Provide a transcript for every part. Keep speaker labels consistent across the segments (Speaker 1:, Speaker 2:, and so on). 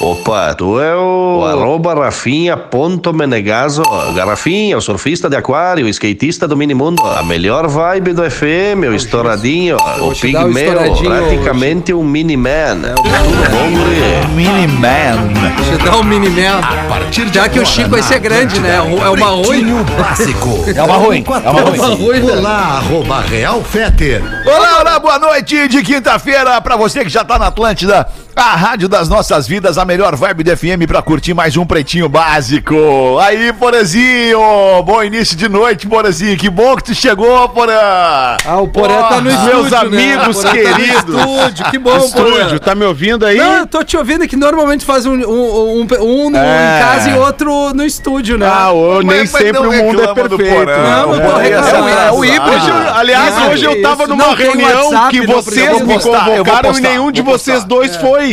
Speaker 1: Opa, tu é o, o arroba Rafinha ponto Menegazo. Garrafinha, o surfista de aquário, o skatista do minimundo. A melhor vibe do FM, o estouradinho, o
Speaker 2: te dar
Speaker 1: pigmeu,
Speaker 2: o estouradinho
Speaker 1: praticamente um miniman. Tudo bom, guri?
Speaker 3: Miniman.
Speaker 2: Te dá um miniman.
Speaker 3: A partir de
Speaker 2: Já que o
Speaker 3: agora
Speaker 2: Chico vai
Speaker 3: na
Speaker 2: ser grande, né?
Speaker 3: Atlântida,
Speaker 2: É uma ruim.
Speaker 3: Pretinho básico.
Speaker 4: É uma ruim, é uma ruim.
Speaker 3: Olá, arroba Real Feter.
Speaker 4: Olá, olá, boa noite de quinta-feira pra você que já tá na Atlântida, a rádio das nossas vidas, a melhor vibe do FM pra curtir mais um Pretinho Básico. Aí, Porazinho, bom início de noite, Porazinho, que bom que tu chegou, Porã.
Speaker 2: Ah, o Porã tá no
Speaker 4: Ah,
Speaker 2: estúdio.
Speaker 4: Meus
Speaker 2: né?
Speaker 4: amigos
Speaker 2: O Porã tá no
Speaker 4: queridos.
Speaker 2: estúdio, que bom, Porã.
Speaker 5: tá me ouvindo aí?
Speaker 2: Não, eu tô te ouvindo que normalmente faz um, um, um, um no- em
Speaker 5: É.
Speaker 2: casa e outro no estúdio, né?
Speaker 5: Ah, ô, nem
Speaker 4: Mas
Speaker 5: sempre
Speaker 4: não
Speaker 5: o mundo é
Speaker 4: reclama do
Speaker 5: perfeito.
Speaker 4: Porã.
Speaker 5: né?
Speaker 2: Não,
Speaker 4: O
Speaker 2: não vou
Speaker 4: Porã é
Speaker 2: reclamar.
Speaker 4: um- é o
Speaker 5: Hoje,
Speaker 4: híbrido.
Speaker 5: eu- aliás,
Speaker 2: Ah,
Speaker 5: hoje eu
Speaker 2: isso.
Speaker 5: tava numa
Speaker 2: Não tem
Speaker 5: reunião
Speaker 2: WhatsApp,
Speaker 5: que
Speaker 2: não precisa.
Speaker 5: vocês
Speaker 2: Eu vou
Speaker 5: me
Speaker 4: postar, eu vou
Speaker 5: convocaram
Speaker 4: postar,
Speaker 5: e nenhum
Speaker 4: eu
Speaker 5: de
Speaker 4: vou
Speaker 5: vocês
Speaker 4: postar. É.
Speaker 5: dois foi.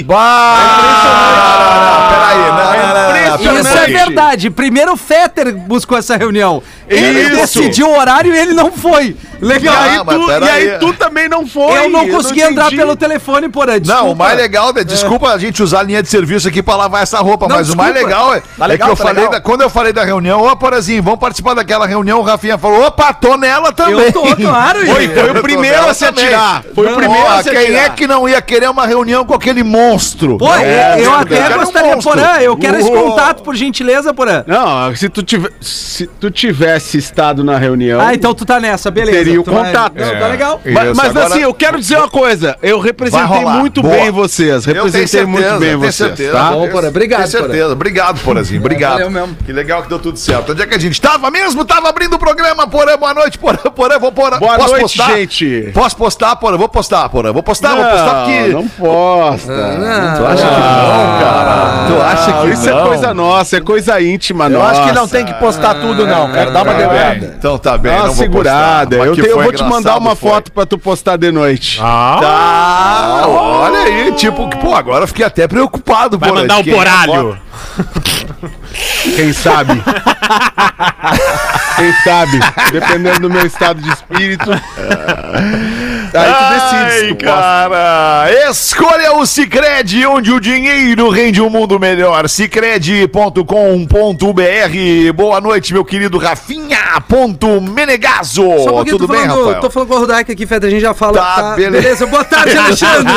Speaker 4: Ah, peraí, não, não, não, não,
Speaker 2: Isso é
Speaker 5: impressionante.
Speaker 2: verdade. Primeiro o Fetter buscou essa reunião. Ele
Speaker 5: Isso.
Speaker 2: decidiu o horário e ele não foi.
Speaker 5: E
Speaker 2: Legal.
Speaker 5: aí,
Speaker 4: Ah, mas
Speaker 5: tu, e
Speaker 4: peraí.
Speaker 5: aí tu também não foi.
Speaker 2: eu não consegui entrar
Speaker 5: entendi.
Speaker 2: pelo telefone, Porã.
Speaker 4: Não, o
Speaker 2: desculpa.
Speaker 4: mais legal, né, desculpa a gente usar a linha de serviço aqui pra lavar essa roupa,
Speaker 2: Não,
Speaker 4: mas o mais
Speaker 2: desculpa.
Speaker 4: legal é,
Speaker 5: Tá
Speaker 4: é
Speaker 5: legal,
Speaker 4: que eu
Speaker 5: tá
Speaker 4: falei,
Speaker 5: legal.
Speaker 4: da- quando eu falei da reunião, ô Porazinho, vamos participar daquela reunião, o Rafinha falou, opa, tô nela também.
Speaker 2: Eu tô, claro.
Speaker 5: Foi,
Speaker 2: Yuri.
Speaker 5: foi
Speaker 4: Eu
Speaker 5: o primeiro
Speaker 4: tô
Speaker 5: a se
Speaker 4: nela também.
Speaker 5: atirar. Foi o primeiro
Speaker 4: Ó,
Speaker 5: a se
Speaker 4: quem é
Speaker 5: atirar.
Speaker 4: que não ia querer uma reunião com aquele monstro?
Speaker 2: Pô, eu- eu
Speaker 4: o
Speaker 2: até
Speaker 4: cara é um
Speaker 2: gostaria,
Speaker 4: monstro.
Speaker 2: Porã, eu quero esse
Speaker 4: Uou.
Speaker 2: contato, por gentileza, Porã.
Speaker 5: Não, se tu, tive- se tu tivesse estado na reunião.
Speaker 2: Ah, então tu tá nessa, beleza.
Speaker 5: Teria o
Speaker 2: Tu vai-
Speaker 5: contato.
Speaker 2: Não,
Speaker 6: É.
Speaker 2: Tá legal.
Speaker 4: Isso,
Speaker 5: Mas, mas
Speaker 4: agora-
Speaker 5: assim, eu quero dizer uma coisa. Eu
Speaker 4: Vai
Speaker 5: representei
Speaker 4: rolar.
Speaker 5: muito
Speaker 4: Boa.
Speaker 5: bem vocês.
Speaker 4: Eu tenho
Speaker 5: Representei
Speaker 4: certeza,
Speaker 5: muito bem
Speaker 4: eu tenho
Speaker 5: vocês,
Speaker 4: certeza.
Speaker 5: tá? É,
Speaker 2: Bom, Porã, obrigado,
Speaker 4: Tenho certeza. Obrigado, Porazinho. Obrigado.
Speaker 2: valeu mesmo.
Speaker 4: Que legal que deu tudo certo. Onde é que a gente tava mesmo? Tava abrindo o programa, Porã. Boa noite, Porã. Porã, vou Porã.
Speaker 5: Boa noite, gente.
Speaker 4: Posso postar, Porã? Vou postar, Porã. Vou postar, vou postar porque...
Speaker 5: Não posta.
Speaker 4: Ah, Tu acha que não, cara? Tu acha que
Speaker 5: isso é coisa nossa, é coisa íntima
Speaker 4: Eu
Speaker 5: nossa. É,
Speaker 4: acho que não
Speaker 5: tem que
Speaker 4: postar
Speaker 2: tudo não, cara.
Speaker 4: Dá uma
Speaker 5: degrada.
Speaker 4: Então tá bem,
Speaker 5: Dá uma
Speaker 4: não vou
Speaker 5: segurada.
Speaker 4: postar.
Speaker 5: Eu,
Speaker 4: Mas que
Speaker 5: tenho- eu
Speaker 4: foi
Speaker 5: vou te mandar
Speaker 4: engraçado,
Speaker 5: uma
Speaker 4: foi.
Speaker 5: foto Ah! pra tu postar de noite.
Speaker 6: Ah,
Speaker 4: Tá, olha aí, tipo, pô, agora eu fiquei até preocupado, Vai
Speaker 5: mandar um o
Speaker 4: poralho.
Speaker 5: Quem sabe? Quem sabe? Dependendo do meu estado de espírito. Aí tu decide se tu posta.
Speaker 4: cara, escolha o Cicred, onde o dinheiro rende um mundo melhor. Cicred.com.br. Boa noite, meu querido Rafinha. Ponto Menegaso.
Speaker 2: Só um pouquinho,
Speaker 4: Tudo
Speaker 2: tô
Speaker 4: bem,
Speaker 2: falando,
Speaker 4: Rafael?
Speaker 2: tô falando com o Rodaica aqui, Feta, a gente já fala.
Speaker 4: Tá, beleza.
Speaker 2: Boa tarde, Alexandre.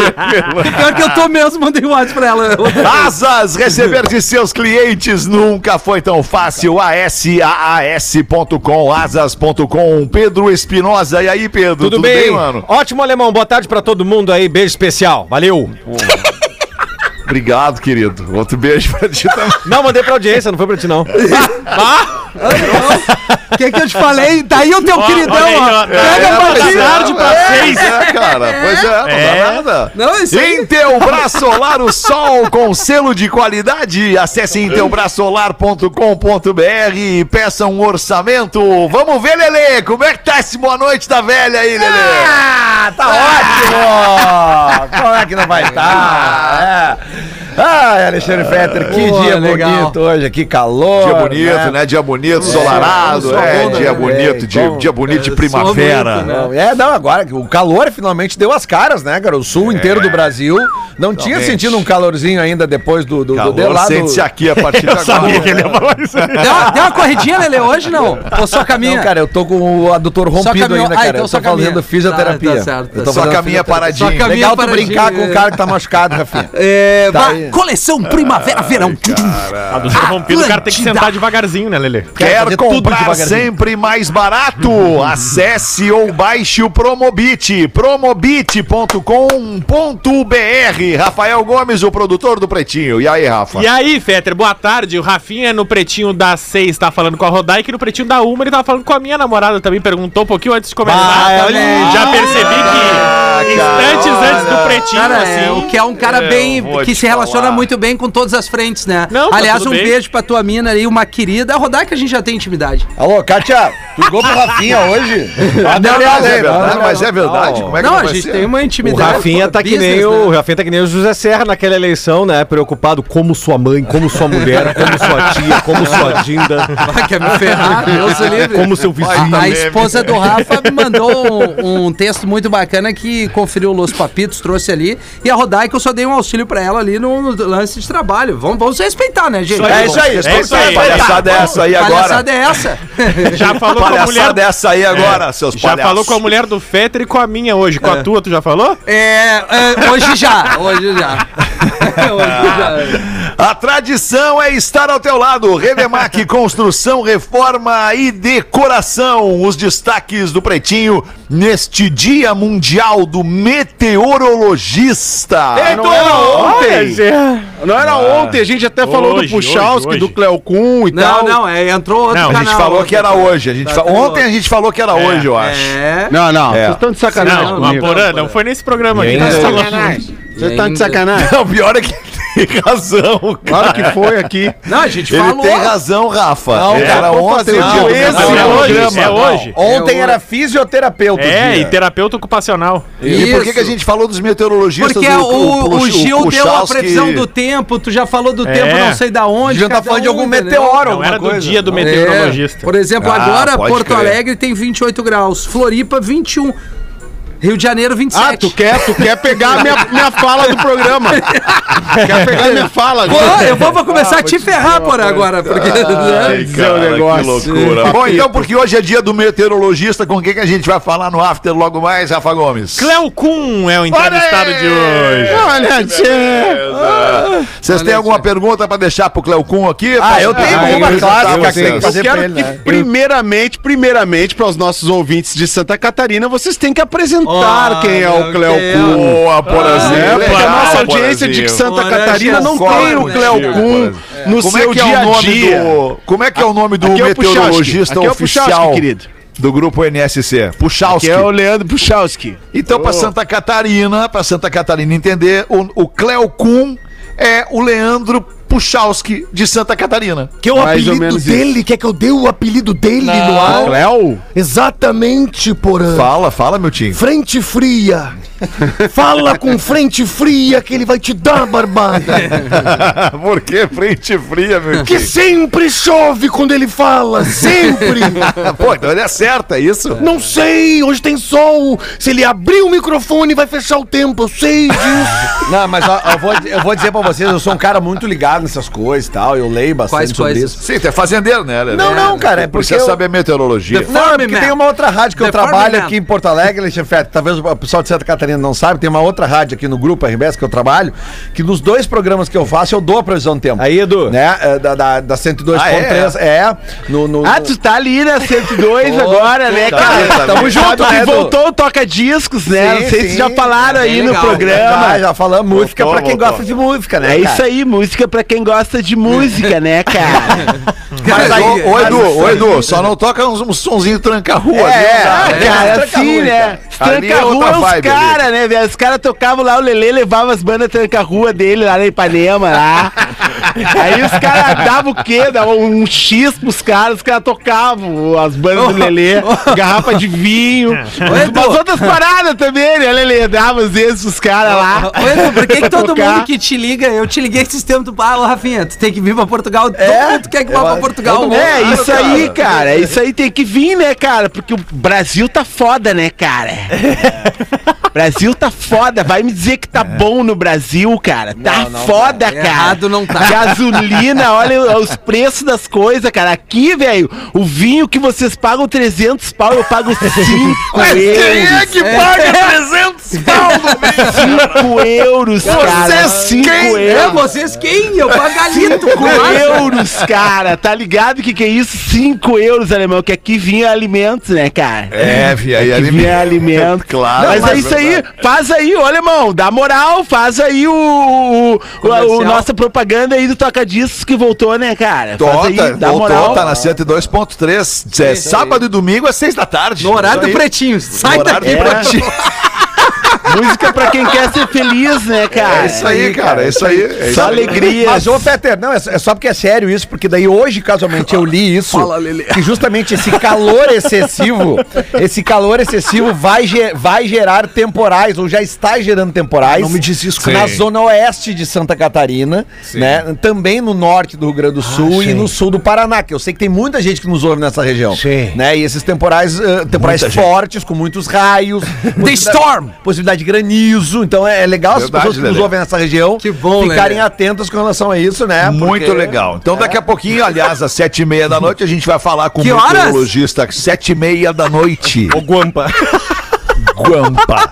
Speaker 2: Pior que eu tô mesmo, mandei um WhatsApp pra ela.
Speaker 4: Asas, receber de seus clientes nunca foi tão fácil. ASAAS.com, asas.com. Pedro Espinosa, e aí, Pedro?
Speaker 7: Tudo, bem?
Speaker 4: mano?
Speaker 7: Ótimo, alemão. Boa tarde pra todo mundo aí. Beijo especial. Valeu.
Speaker 4: Obrigado, querido. Outro beijo pra ti também.
Speaker 7: Não, mandei pra audiência, não foi pra ti, não. Ah,
Speaker 2: O que que eu te falei? Tá aí o teu queridão, ó. Pega pra ti.
Speaker 4: tá seis. É, cara, pois é, não dá nada.
Speaker 2: Não, isso aí.
Speaker 4: Intelbras Solar, o sol com selo de qualidade. Acesse intelbrasolar.com.br e peça um orçamento. Vamos ver, Lelê, como é que tá esse boa noite da velha aí, Lelê?
Speaker 7: Ah, tá ótimo! Como é que não
Speaker 4: Ah.
Speaker 7: vai estar? É. Ai, Alexandre Fetter, que
Speaker 2: Boa,
Speaker 7: dia
Speaker 2: legal.
Speaker 7: bonito hoje, que calor.
Speaker 4: Dia Ah, bonito, né? Dia bonito, solarado,
Speaker 7: sol
Speaker 4: é,
Speaker 7: bom, né,
Speaker 4: dia
Speaker 7: Lelê?
Speaker 4: bonito, dia,
Speaker 7: Então,
Speaker 4: dia bonito de
Speaker 2: é, sol bonito, né?
Speaker 4: primavera.
Speaker 7: Não, é, não, agora que o calor finalmente deu as caras, né, cara? O
Speaker 4: É.
Speaker 7: sul inteiro do Brasil não tinha sentido um calorzinho ainda depois do, do, do
Speaker 4: Calor sente-se aqui a partir de agora.
Speaker 2: Deu, uma- deu uma corridinha, Lele, hoje não? Ou só caminha?
Speaker 7: Não, cara, eu tô com o adutor
Speaker 2: Só
Speaker 7: rompido
Speaker 2: caminhou.
Speaker 7: ainda,
Speaker 2: Ah,
Speaker 7: cara.
Speaker 2: então
Speaker 7: eu
Speaker 2: só
Speaker 7: tô
Speaker 2: caminha.
Speaker 7: fazendo fisioterapia.
Speaker 2: Tá, tá certo, tá certo.
Speaker 7: eu tô
Speaker 4: Só
Speaker 7: fazendo
Speaker 4: caminha
Speaker 7: fisioterapia.
Speaker 4: paradinho.
Speaker 2: Só caminha
Speaker 7: Legal tu
Speaker 2: paradinho,
Speaker 7: brincar com
Speaker 2: é.
Speaker 7: um cara que tá machucado, Rafinha.
Speaker 2: É,
Speaker 7: Tá
Speaker 2: bah,
Speaker 7: aí.
Speaker 2: coleção Primavera Verão.
Speaker 8: A do chão rompido, Tá o cara tem que sentar devagarzinho, né, Lelê?
Speaker 7: Quer
Speaker 4: Quer
Speaker 7: fazer tudo
Speaker 4: comprar
Speaker 7: devagarzinho.
Speaker 4: sempre mais barato? Acesse ou baixe o Promobit, promobit.com.br. Rafael Gomes, o produtor do Pretinho. E aí, Rafa?
Speaker 8: E aí, Fetter, boa tarde. O Rafinha é no pretinho das seis tá falando com a Rodaica e no pretinho da uma ele tava falando com a minha namorada também. Perguntou um pouquinho antes de começar.
Speaker 7: Vai, olha aí.
Speaker 8: É, Já percebi que
Speaker 4: Ah, cara,
Speaker 8: instantes antes do
Speaker 4: olha.
Speaker 8: pretinho,
Speaker 2: Cara,
Speaker 8: assim.
Speaker 2: é, o que é um cara
Speaker 8: eu
Speaker 2: bem.
Speaker 4: vou
Speaker 2: que
Speaker 4: te
Speaker 2: se relaciona funciona muito bem com todas as frentes, né?
Speaker 8: Não, tá
Speaker 2: Aliás,
Speaker 8: tudo
Speaker 2: um
Speaker 8: bem.
Speaker 2: beijo pra tua mina aí, uma querida. Rodar que a gente já tem intimidade.
Speaker 7: Alô, Kátia, tu ligou pro Rafinha hoje?
Speaker 4: Não, mas é verdade,
Speaker 7: não,
Speaker 4: mas é verdade. Como é que
Speaker 2: não,
Speaker 4: não
Speaker 2: a
Speaker 4: vai
Speaker 2: gente
Speaker 4: ser?
Speaker 2: tem uma
Speaker 9: O
Speaker 2: intimidade.
Speaker 9: Rafinha tá que
Speaker 2: business,
Speaker 9: nem o
Speaker 2: né?
Speaker 9: o Rafinha tá que nem o José Serra naquela eleição, né? Preocupado como sua mãe, como sua mulher, como sua tia, como sua dinda,
Speaker 2: Ah, Quer me ferrar? Deus o livre.
Speaker 9: como seu vizinho.
Speaker 2: A, a
Speaker 4: né?
Speaker 2: esposa do Rafa me mandou um, um texto muito bacana que conferiu Los Papitos, trouxe ali. E a Rodaica, eu só dei um auxílio pra ela ali no no lance de trabalho. Vamos, vamos se respeitar, né, gente?
Speaker 4: É isso aí,
Speaker 8: É isso aí.
Speaker 4: palhaçada é essa aí agora.
Speaker 2: palhaçada é essa?
Speaker 8: Já falou com a mulher.
Speaker 4: Palhaçada é essa aí agora, seus
Speaker 8: Já
Speaker 4: palhaços.
Speaker 8: falou com a mulher do Fetter e com a minha hoje. Com a tua, tu já falou?
Speaker 2: É, é, hoje já, hoje já. hoje já.
Speaker 4: A tradição é estar ao teu lado. Redemac Construção, Reforma e Decoração. Os destaques do Pretinho neste Dia Mundial do Meteorologista. é
Speaker 6: Não era ontem! Não era
Speaker 5: Ah.
Speaker 6: ontem, a gente até falou do
Speaker 8: Hoje,
Speaker 6: Puchalski,
Speaker 8: hoje, hoje.
Speaker 6: do Cleocum e
Speaker 2: Não,
Speaker 6: tal.
Speaker 2: não, é, entrou outro
Speaker 8: Não,
Speaker 4: A gente
Speaker 2: canal
Speaker 4: falou
Speaker 2: hoje.
Speaker 4: que era hoje. A gente
Speaker 2: Tá
Speaker 4: fa-
Speaker 2: tudo
Speaker 4: Ontem a gente falou que era hoje, eu acho.
Speaker 2: É.
Speaker 6: Não, não,
Speaker 4: É.
Speaker 6: vocês estão de sacanagem
Speaker 8: Não, a
Speaker 6: comigo.
Speaker 8: Porã, não foi nesse programa aqui.
Speaker 9: ainda-
Speaker 8: nós falamos-
Speaker 4: tá
Speaker 6: Vocês estão
Speaker 2: Ainda.
Speaker 6: de sacanagem.
Speaker 4: O pior é que ele tem razão, cara.
Speaker 6: Claro que foi aqui.
Speaker 2: Não, a gente
Speaker 4: Ele
Speaker 2: falou.
Speaker 4: tem razão, Rafa.
Speaker 7: Não,
Speaker 4: era
Speaker 7: eu vou
Speaker 4: ontem
Speaker 7: fazer
Speaker 4: o dia
Speaker 7: um
Speaker 4: do
Speaker 7: esse
Speaker 8: Mas é
Speaker 4: meteorologista.
Speaker 8: hoje, é hoje.
Speaker 7: Ontem
Speaker 2: É,
Speaker 7: era fisioterapeuta. o
Speaker 8: É,
Speaker 7: dia.
Speaker 8: e terapeuta ocupacional.
Speaker 4: E por que,
Speaker 2: Isso.
Speaker 4: que a gente falou dos meteorologistas?
Speaker 2: Porque o, o,
Speaker 4: Puch-
Speaker 2: Gil deu a
Speaker 4: Puchalski?
Speaker 2: previsão do tempo, tu já falou do
Speaker 8: É.
Speaker 2: tempo, não sei da onde.
Speaker 7: Devia estar
Speaker 2: cada
Speaker 7: falando de
Speaker 2: um,
Speaker 7: algum
Speaker 2: entendeu?
Speaker 7: meteoro,
Speaker 8: Não
Speaker 7: alguma
Speaker 8: era do
Speaker 7: coisa.
Speaker 8: dia do
Speaker 2: É.
Speaker 8: meteorologista.
Speaker 2: Por exemplo,
Speaker 4: Ah,
Speaker 2: agora
Speaker 4: pode
Speaker 2: Porto
Speaker 4: crer.
Speaker 2: Alegre tem 28 graus, Floripa 21, Rio de Janeiro 27.
Speaker 6: Ah, tu quer, tu quer pegar a minha, minha fala do programa. quer pegar a minha fala.
Speaker 2: Pô, eu vou, vou começar a te ferrar por agora, porque... né?
Speaker 6: Cara, que loucura.
Speaker 4: Bom, então, porque hoje é dia do meteorologista, com quem que a gente vai falar no after logo mais, Rafa Gomes?
Speaker 8: Cleo Kuhn é o entrevistado de hoje.
Speaker 6: Olha, tchê.
Speaker 4: Vocês têm alguma pergunta pra deixar pro Cleocum aqui?
Speaker 7: Ah, eu tenho
Speaker 6: Ah,
Speaker 7: uma
Speaker 6: eu
Speaker 7: clássica que
Speaker 6: sei,
Speaker 7: tem que
Speaker 6: eu
Speaker 7: fazer pra
Speaker 6: quero
Speaker 7: ele,
Speaker 6: que,
Speaker 7: né?
Speaker 6: primeiramente, primeiramente, para os nossos ouvintes de Santa Catarina, vocês têm que apresentar
Speaker 2: Oh,
Speaker 6: quem é o
Speaker 2: meu
Speaker 6: Cleo
Speaker 2: Deus.
Speaker 6: Kuhn.
Speaker 4: Boa, Porazinho.
Speaker 6: É, porque a
Speaker 4: Legal,
Speaker 6: nossa audiência de
Speaker 4: Porazinho.
Speaker 6: Santa
Speaker 2: Olha,
Speaker 6: Catarina não
Speaker 2: concordo
Speaker 6: tem o Cleo
Speaker 2: contigo,
Speaker 6: Kuhn no
Speaker 4: Como é
Speaker 6: seu
Speaker 4: que é
Speaker 6: dia
Speaker 4: o
Speaker 6: a
Speaker 4: nome
Speaker 6: dia.
Speaker 4: do... Como é que é o nome do
Speaker 6: Aqui é o Puchalski.
Speaker 4: meteorologista
Speaker 6: Aqui é o Puchalski,
Speaker 4: oficial
Speaker 6: querido.
Speaker 4: do grupo NSC? Puchalski.
Speaker 6: Que é o Leandro Puchalski.
Speaker 4: Então, pra Santa Catarina, pra Santa Catarina entender, o, o Cleocum é o Leandro Puchalski de Santa Catarina.
Speaker 9: Que é o
Speaker 6: Mais ou menos isso.
Speaker 9: Quer que eu dê o apelido dele no
Speaker 6: O Cleo?
Speaker 9: Exatamente, Porã.
Speaker 4: Fala, fala, meu time.
Speaker 9: Frente fria. Fala com frente fria que ele vai te dar, barbada.
Speaker 4: Por que É frente fria, meu
Speaker 9: Que
Speaker 4: time?
Speaker 9: sempre chove quando ele fala, sempre.
Speaker 4: Pô, então ele acerta isso.
Speaker 9: Não sei, hoje tem sol. Se ele abrir o microfone, vai fechar o tempo, eu sei disso.
Speaker 7: Não, mas ó, eu, vou, eu vou dizer pra vocês, eu sou um cara muito ligado nessas coisas e tal, eu leio bastante
Speaker 2: Quais
Speaker 7: sobre
Speaker 2: coisas?
Speaker 7: isso.
Speaker 4: Sim, tu é fazendeiro, né? Lelê?
Speaker 7: Não, não, cara, é
Speaker 4: Tu
Speaker 7: porque
Speaker 4: Precisa
Speaker 7: eu-
Speaker 4: saber meteorologia.
Speaker 7: Não, é porque
Speaker 2: Farmman.
Speaker 7: tem uma outra rádio que eu
Speaker 2: The
Speaker 7: trabalho
Speaker 2: Farmman.
Speaker 7: aqui em Porto Alegre, Alexandre Fetter, talvez o pessoal de Santa Catarina não saiba, tem uma outra rádio aqui no grupo RBS que eu trabalho, que nos dois programas que eu faço, eu dou a previsão do tempo.
Speaker 9: Aí, Edu.
Speaker 7: Né? É, Da, da, da 102.3, é? No, no,
Speaker 6: Ah, tu tá ali na 102 agora, né,
Speaker 4: tá ali, tá
Speaker 6: cara? Tamo
Speaker 4: ali.
Speaker 6: junto,
Speaker 7: Tá,
Speaker 6: e
Speaker 7: Edu.
Speaker 6: voltou o toca-discos, né?
Speaker 7: Sim,
Speaker 6: Não sei
Speaker 7: sim. Tá
Speaker 6: se já falaram aí no
Speaker 2: legal.
Speaker 6: programa.
Speaker 7: Já, já falamos música
Speaker 4: Voltou,
Speaker 7: pra quem
Speaker 4: voltou.
Speaker 7: gosta de música, né?
Speaker 6: É
Speaker 7: cara?
Speaker 6: isso aí, música pra quem gosta de música, né, cara?
Speaker 4: Mas,
Speaker 7: aí-
Speaker 4: ô, ô,
Speaker 7: mas
Speaker 4: Edu,
Speaker 7: isso
Speaker 4: ô,
Speaker 7: aí-
Speaker 4: Edu, só não toca uns, uns sonzinho tranca-rua.
Speaker 7: É,
Speaker 4: viu? Ah,
Speaker 7: é.
Speaker 6: cara,
Speaker 7: Tranca
Speaker 6: assim,
Speaker 7: rua,
Speaker 6: né?
Speaker 4: então. Ali é
Speaker 6: Tranca-rua
Speaker 4: outra
Speaker 6: é os
Speaker 4: vibe ali.
Speaker 6: caras, né, velho? Os caras tocavam lá, o Lelê levava as bandas tranca-rua dele lá na Ipanema, lá. Aí os caras davam o quê? Davam um X pros caras, os caras tocavam as bandas do Lelê,
Speaker 4: Oh,
Speaker 6: garrafa de vinho,
Speaker 2: Edu.
Speaker 6: umas outras paradas também, né, Lelê? Dava às vezes pros caras lá.
Speaker 2: Ô, Edu, Ah, por que, que todo
Speaker 6: Tocar.
Speaker 2: mundo que te liga, eu te liguei esse tempo do ah, ô, Rafinha, tu tem que vir pra Portugal, todo mundo quer que vá pra Portugal.
Speaker 6: É, isso
Speaker 4: cara.
Speaker 6: aí, cara. É Isso aí tem que vir, né, cara? Porque o Brasil tá foda, né, cara? Brasil tá foda. Vai me dizer que tá bom no Brasil, cara. Tá
Speaker 2: É. Não, não
Speaker 6: foda,
Speaker 2: tá.
Speaker 6: cara.
Speaker 2: Errado não tá.
Speaker 6: Gasolina, olha os preços das coisas, cara. Aqui, velho, o vinho que vocês pagam 300 pau, eu pago 5 euros.
Speaker 4: é que paga 300 pau no mês?
Speaker 6: 5 euros, cara.
Speaker 4: Vocês
Speaker 6: 5
Speaker 4: quem?
Speaker 6: euros.
Speaker 2: É, vocês quem? Eu pagalito, com
Speaker 6: 5 euros, cara. Tá ligado que que é isso? 5 euros, alemão. Que aqui vinha alimentos, né, cara?
Speaker 4: É, vi, aí
Speaker 6: Que
Speaker 4: ali...
Speaker 6: vinha alimento.
Speaker 10: Ah,
Speaker 4: Claro,
Speaker 6: Mas,
Speaker 4: mas
Speaker 6: é isso aí. Faz aí, ô, alemão. Dá moral. Faz aí o, o, o- a- o nossa propaganda aí do Toca Discos que voltou, né, cara? Faz aí,
Speaker 4: Tota,
Speaker 6: dá
Speaker 4: voltou,
Speaker 6: moral.
Speaker 4: tá na 102.3. É, sábado e domingo às 6 da tarde.
Speaker 2: No horário
Speaker 4: Isso
Speaker 2: do
Speaker 4: aí.
Speaker 2: pretinho, sai
Speaker 4: No horário
Speaker 2: daqui
Speaker 4: do
Speaker 2: pra
Speaker 4: pretinho.
Speaker 5: Música pra quem quer ser feliz, né, cara?
Speaker 4: É isso aí, cara. É isso aí. É isso
Speaker 5: Só
Speaker 4: aí.
Speaker 5: alegria.
Speaker 7: Mas, ô, Peter, não, é só é só porque é sério isso, porque daí hoje, casualmente, eu li isso. Que justamente esse calor excessivo, esse calor excessivo vai, ge- vai gerar temporais, ou já está gerando temporais. Não me diz isso,
Speaker 3: cara.
Speaker 7: Na
Speaker 3: Sim.
Speaker 7: zona oeste de Santa Catarina, né? Também no norte do Rio Grande do Sul e no sul do Paraná, que eu sei que tem muita gente que nos ouve nessa região.
Speaker 10: Sim.
Speaker 7: Né? E esses temporais, eh, temporais fortes, com muitos raios. possibilidade-
Speaker 2: storm.
Speaker 7: Possibilidade de granizo. Então é é legal as
Speaker 4: Verdade,
Speaker 7: pessoas que nos
Speaker 4: Lelê.
Speaker 7: ouvem nessa região
Speaker 2: Que bom,
Speaker 7: ficarem
Speaker 2: Lelê.
Speaker 7: atentos com relação a isso,
Speaker 2: Ah,
Speaker 7: né?
Speaker 4: Muito
Speaker 7: Porque-
Speaker 4: legal. Então, daqui a pouquinho, aliás, às sete e meia da noite, a gente vai falar com
Speaker 2: É. Que
Speaker 4: o
Speaker 2: horas?
Speaker 4: meteorologista. Sete e meia da noite.
Speaker 10: O Guampa.
Speaker 4: Guampa.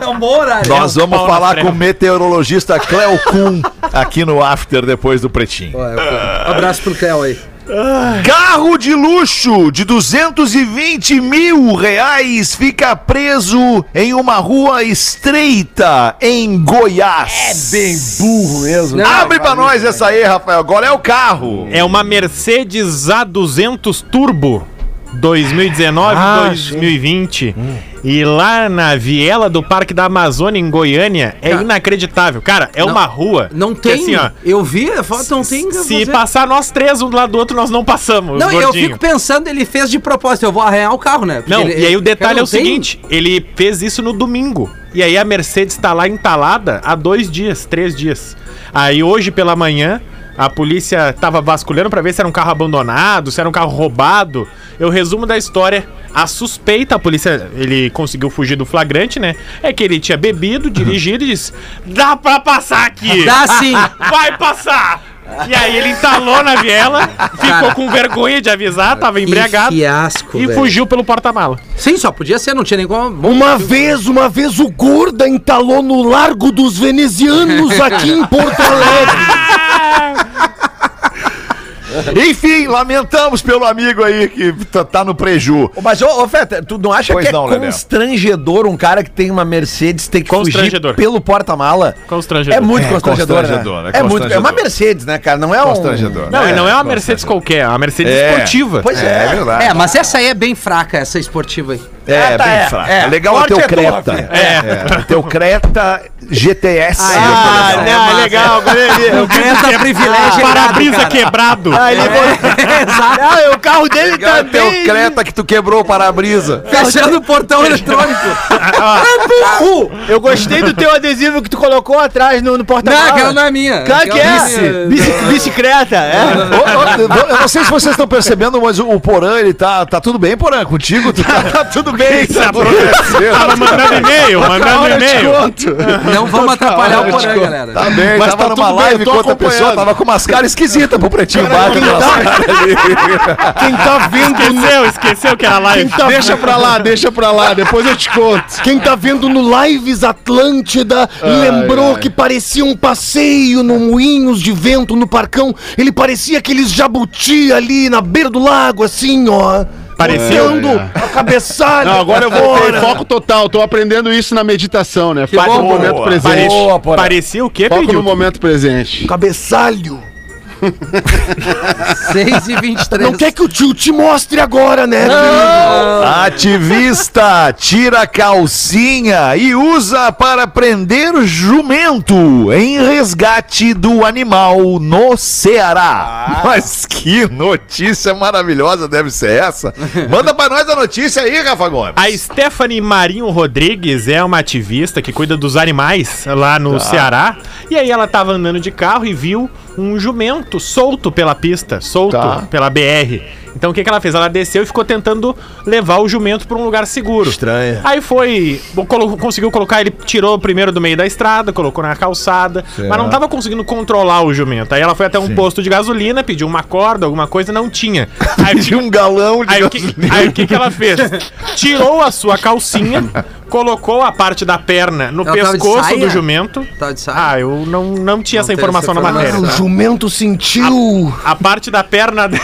Speaker 2: É um bom horário.
Speaker 4: Nós vamos
Speaker 8: pau na
Speaker 4: falar
Speaker 8: frente.
Speaker 4: com o meteorologista Cleo Kuhn aqui no After, depois do Pretinho.
Speaker 2: Ó, é o Cleo. Abraço pro Cléo aí.
Speaker 4: Carro de luxo de 220 mil reais fica preso em uma rua estreita em Goiás.
Speaker 7: burro mesmo.
Speaker 2: Não,
Speaker 4: Abre pra nós essa aí, Rafael. Qual é o carro?
Speaker 8: É uma Mercedes A200 Turbo 2019,
Speaker 2: Ah,
Speaker 8: 2020.
Speaker 2: Hum.
Speaker 8: E lá na viela do Parque da Amazônia, em Goiânia, é
Speaker 2: Cara.
Speaker 8: inacreditável. Cara, é uma rua.
Speaker 2: Não
Speaker 8: que
Speaker 2: tem.
Speaker 8: Assim, ó.
Speaker 2: eu vi a foto, não tem.
Speaker 8: Se
Speaker 2: você-
Speaker 8: passar nós três um do lado do outro, nós não passamos.
Speaker 2: Não, eu
Speaker 8: gordinho.
Speaker 2: fico pensando, ele fez de propósito, eu vou arranhar o carro, né? Porque
Speaker 8: Não,
Speaker 2: ele-
Speaker 8: e aí o detalhe
Speaker 2: cara,
Speaker 8: é
Speaker 2: não
Speaker 8: o
Speaker 2: tem-
Speaker 8: seguinte: ele fez isso no domingo. E aí a Mercedes tá lá entalada há dois dias, três dias. Aí hoje pela manhã, a polícia tava vasculhando pra ver se era um carro abandonado, se era um carro roubado. Eu resumo da história. A suspeita, a polícia, ele conseguiu fugir do flagrante, né? É que ele tinha bebido, dirigido e disse: dá pra passar aqui!
Speaker 2: Dá sim.
Speaker 8: Ah, Vai passar! E aí ele entalou na viela, ficou com vergonha de avisar, tava embriagado
Speaker 2: Que fiasco,
Speaker 8: e
Speaker 2: velho.
Speaker 8: fugiu pelo porta-mala.
Speaker 2: Sim, só podia ser, não tinha nem como.
Speaker 10: Uma vez, uma vez o Gorda entalou no Largo dos Venezianos aqui em Porto Alegre.
Speaker 4: Enfim, lamentamos pelo amigo aí que tá, tá no preju.
Speaker 7: Mas, ô, ô Feta, tu não acha
Speaker 4: Pois
Speaker 7: que é
Speaker 4: não, né, Lelê.
Speaker 7: constrangedor um cara que tem uma Mercedes ter que fugir
Speaker 8: Constrangedor.
Speaker 7: pelo porta-mala?
Speaker 8: Constrangedor.
Speaker 7: É muito
Speaker 4: É,
Speaker 7: constrangedor,
Speaker 4: constrangedor,
Speaker 7: né?
Speaker 4: é
Speaker 7: É, muito, é uma
Speaker 4: constrangedor.
Speaker 7: Mercedes, né, cara? Não é um...
Speaker 4: Constrangedor.
Speaker 8: Não, e não é uma
Speaker 4: constrangedor.
Speaker 8: Mercedes qualquer, é uma Mercedes
Speaker 4: É.
Speaker 8: esportiva.
Speaker 7: Pois é.
Speaker 4: É verdade.
Speaker 2: É, mas essa aí é bem fraca, essa esportiva aí.
Speaker 4: É,
Speaker 7: Ah, tá,
Speaker 4: bem
Speaker 7: é,
Speaker 4: fraco.
Speaker 7: é.
Speaker 4: É legal o
Speaker 7: Forte
Speaker 4: teu
Speaker 7: é
Speaker 4: Creta.
Speaker 7: top.
Speaker 4: É. O teu Creta GTS.
Speaker 2: Ah,
Speaker 4: é
Speaker 2: né?
Speaker 4: legal.
Speaker 2: massa.
Speaker 5: gostei.
Speaker 2: O Creta privilégio.
Speaker 8: Ah, Para-brisa
Speaker 2: errado, cara.
Speaker 8: quebrado.
Speaker 2: É, exato.
Speaker 5: Ah, o carro dele
Speaker 4: É Legal
Speaker 5: tá
Speaker 4: o teu Creta que tu quebrou o para-brisa.
Speaker 2: Fechando o portão eletrônico. é burro.
Speaker 5: Eu gostei do teu adesivo que tu colocou atrás no, no
Speaker 2: Não,
Speaker 5: porta-malas.
Speaker 2: aquela não é minha.
Speaker 5: Claro que é.
Speaker 2: Aquela minha.
Speaker 5: Bici- Bicicleta, é.
Speaker 4: Ô, ô, eu não sei se vocês estão percebendo, mas o o Porã, ele tá, tá tudo bem, Porã, contigo? Tu tá, tá tudo bem, tá tudo bem.
Speaker 8: Tava mandando e-mail, mandando é e-mail.
Speaker 2: Não vamos atrapalhar o porão, galera.
Speaker 4: Tá bem,
Speaker 5: Mas
Speaker 4: tava
Speaker 5: tá
Speaker 4: numa
Speaker 5: tudo bem, eu
Speaker 4: live
Speaker 5: tô
Speaker 4: com outra pessoa,
Speaker 5: acompanhando.
Speaker 4: tava com umas caras esquisitas pro Pretinho Básico.
Speaker 10: Quem tá vendo no
Speaker 8: Esqueceu, esqueceu que era
Speaker 10: Quem
Speaker 8: live.
Speaker 10: tá- Deixa pra lá, deixa pra lá, depois eu te conto. Quem tá vendo no Lives Atlântida lembrou que parecia um passeio no moinhos de vento no parcão. Ele parecia aqueles jabuti ali na beira do lago, assim, ó.
Speaker 8: Parecia.
Speaker 6: um
Speaker 8: um
Speaker 10: Botando a cabeçalha.
Speaker 6: É, Não, agora eu vou
Speaker 10: Fora.
Speaker 6: foco total. Tô aprendendo isso na meditação, né? Foco
Speaker 4: bom,
Speaker 6: no momento
Speaker 4: boa.
Speaker 6: presente.
Speaker 7: Boa, porra.
Speaker 8: um Parecia o quê,
Speaker 6: Foco no
Speaker 8: Pedro?
Speaker 6: momento presente.
Speaker 10: Cabeçalho.
Speaker 2: 6 e 23.
Speaker 10: Não quer que o tio te mostre agora, né?
Speaker 4: Ativista tira a calcinha e usa para prender jumento em resgate do animal no
Speaker 5: Ah.
Speaker 4: Ceará. Mas que notícia maravilhosa deve ser essa. Manda pra nós a notícia aí, Rafa Gomes.
Speaker 8: A Stephanie Marinho Rodrigues é uma ativista que cuida dos animais lá no Ceará. E aí ela tava andando de carro e viu um jumento solto pela pista, solto
Speaker 6: Tá.
Speaker 8: pela BR. Então o que, que ela fez? Ela desceu e ficou tentando levar o jumento pra um lugar seguro.
Speaker 10: Estranha.
Speaker 8: Aí foi, colo- conseguiu colocar, ele tirou primeiro do meio da estrada, colocou na calçada, mas não tava conseguindo controlar o jumento. Aí ela foi até um posto de gasolina, pediu uma corda, alguma coisa, não tinha. Aí
Speaker 4: De um galão de
Speaker 8: Aí o, que, aí o que que ela fez? Tirou a sua calcinha, colocou a parte da perna no
Speaker 2: Ela tava de
Speaker 8: pescoço
Speaker 2: saia?
Speaker 8: do jumento.
Speaker 2: Tá de saia?
Speaker 8: Ah, eu não, não
Speaker 2: Não
Speaker 8: tinha essa
Speaker 2: tem
Speaker 8: informação
Speaker 2: essa
Speaker 8: na
Speaker 10: Ah,
Speaker 8: matéria.
Speaker 2: informação.
Speaker 10: o jumento sentiu.
Speaker 8: A parte da perna. de-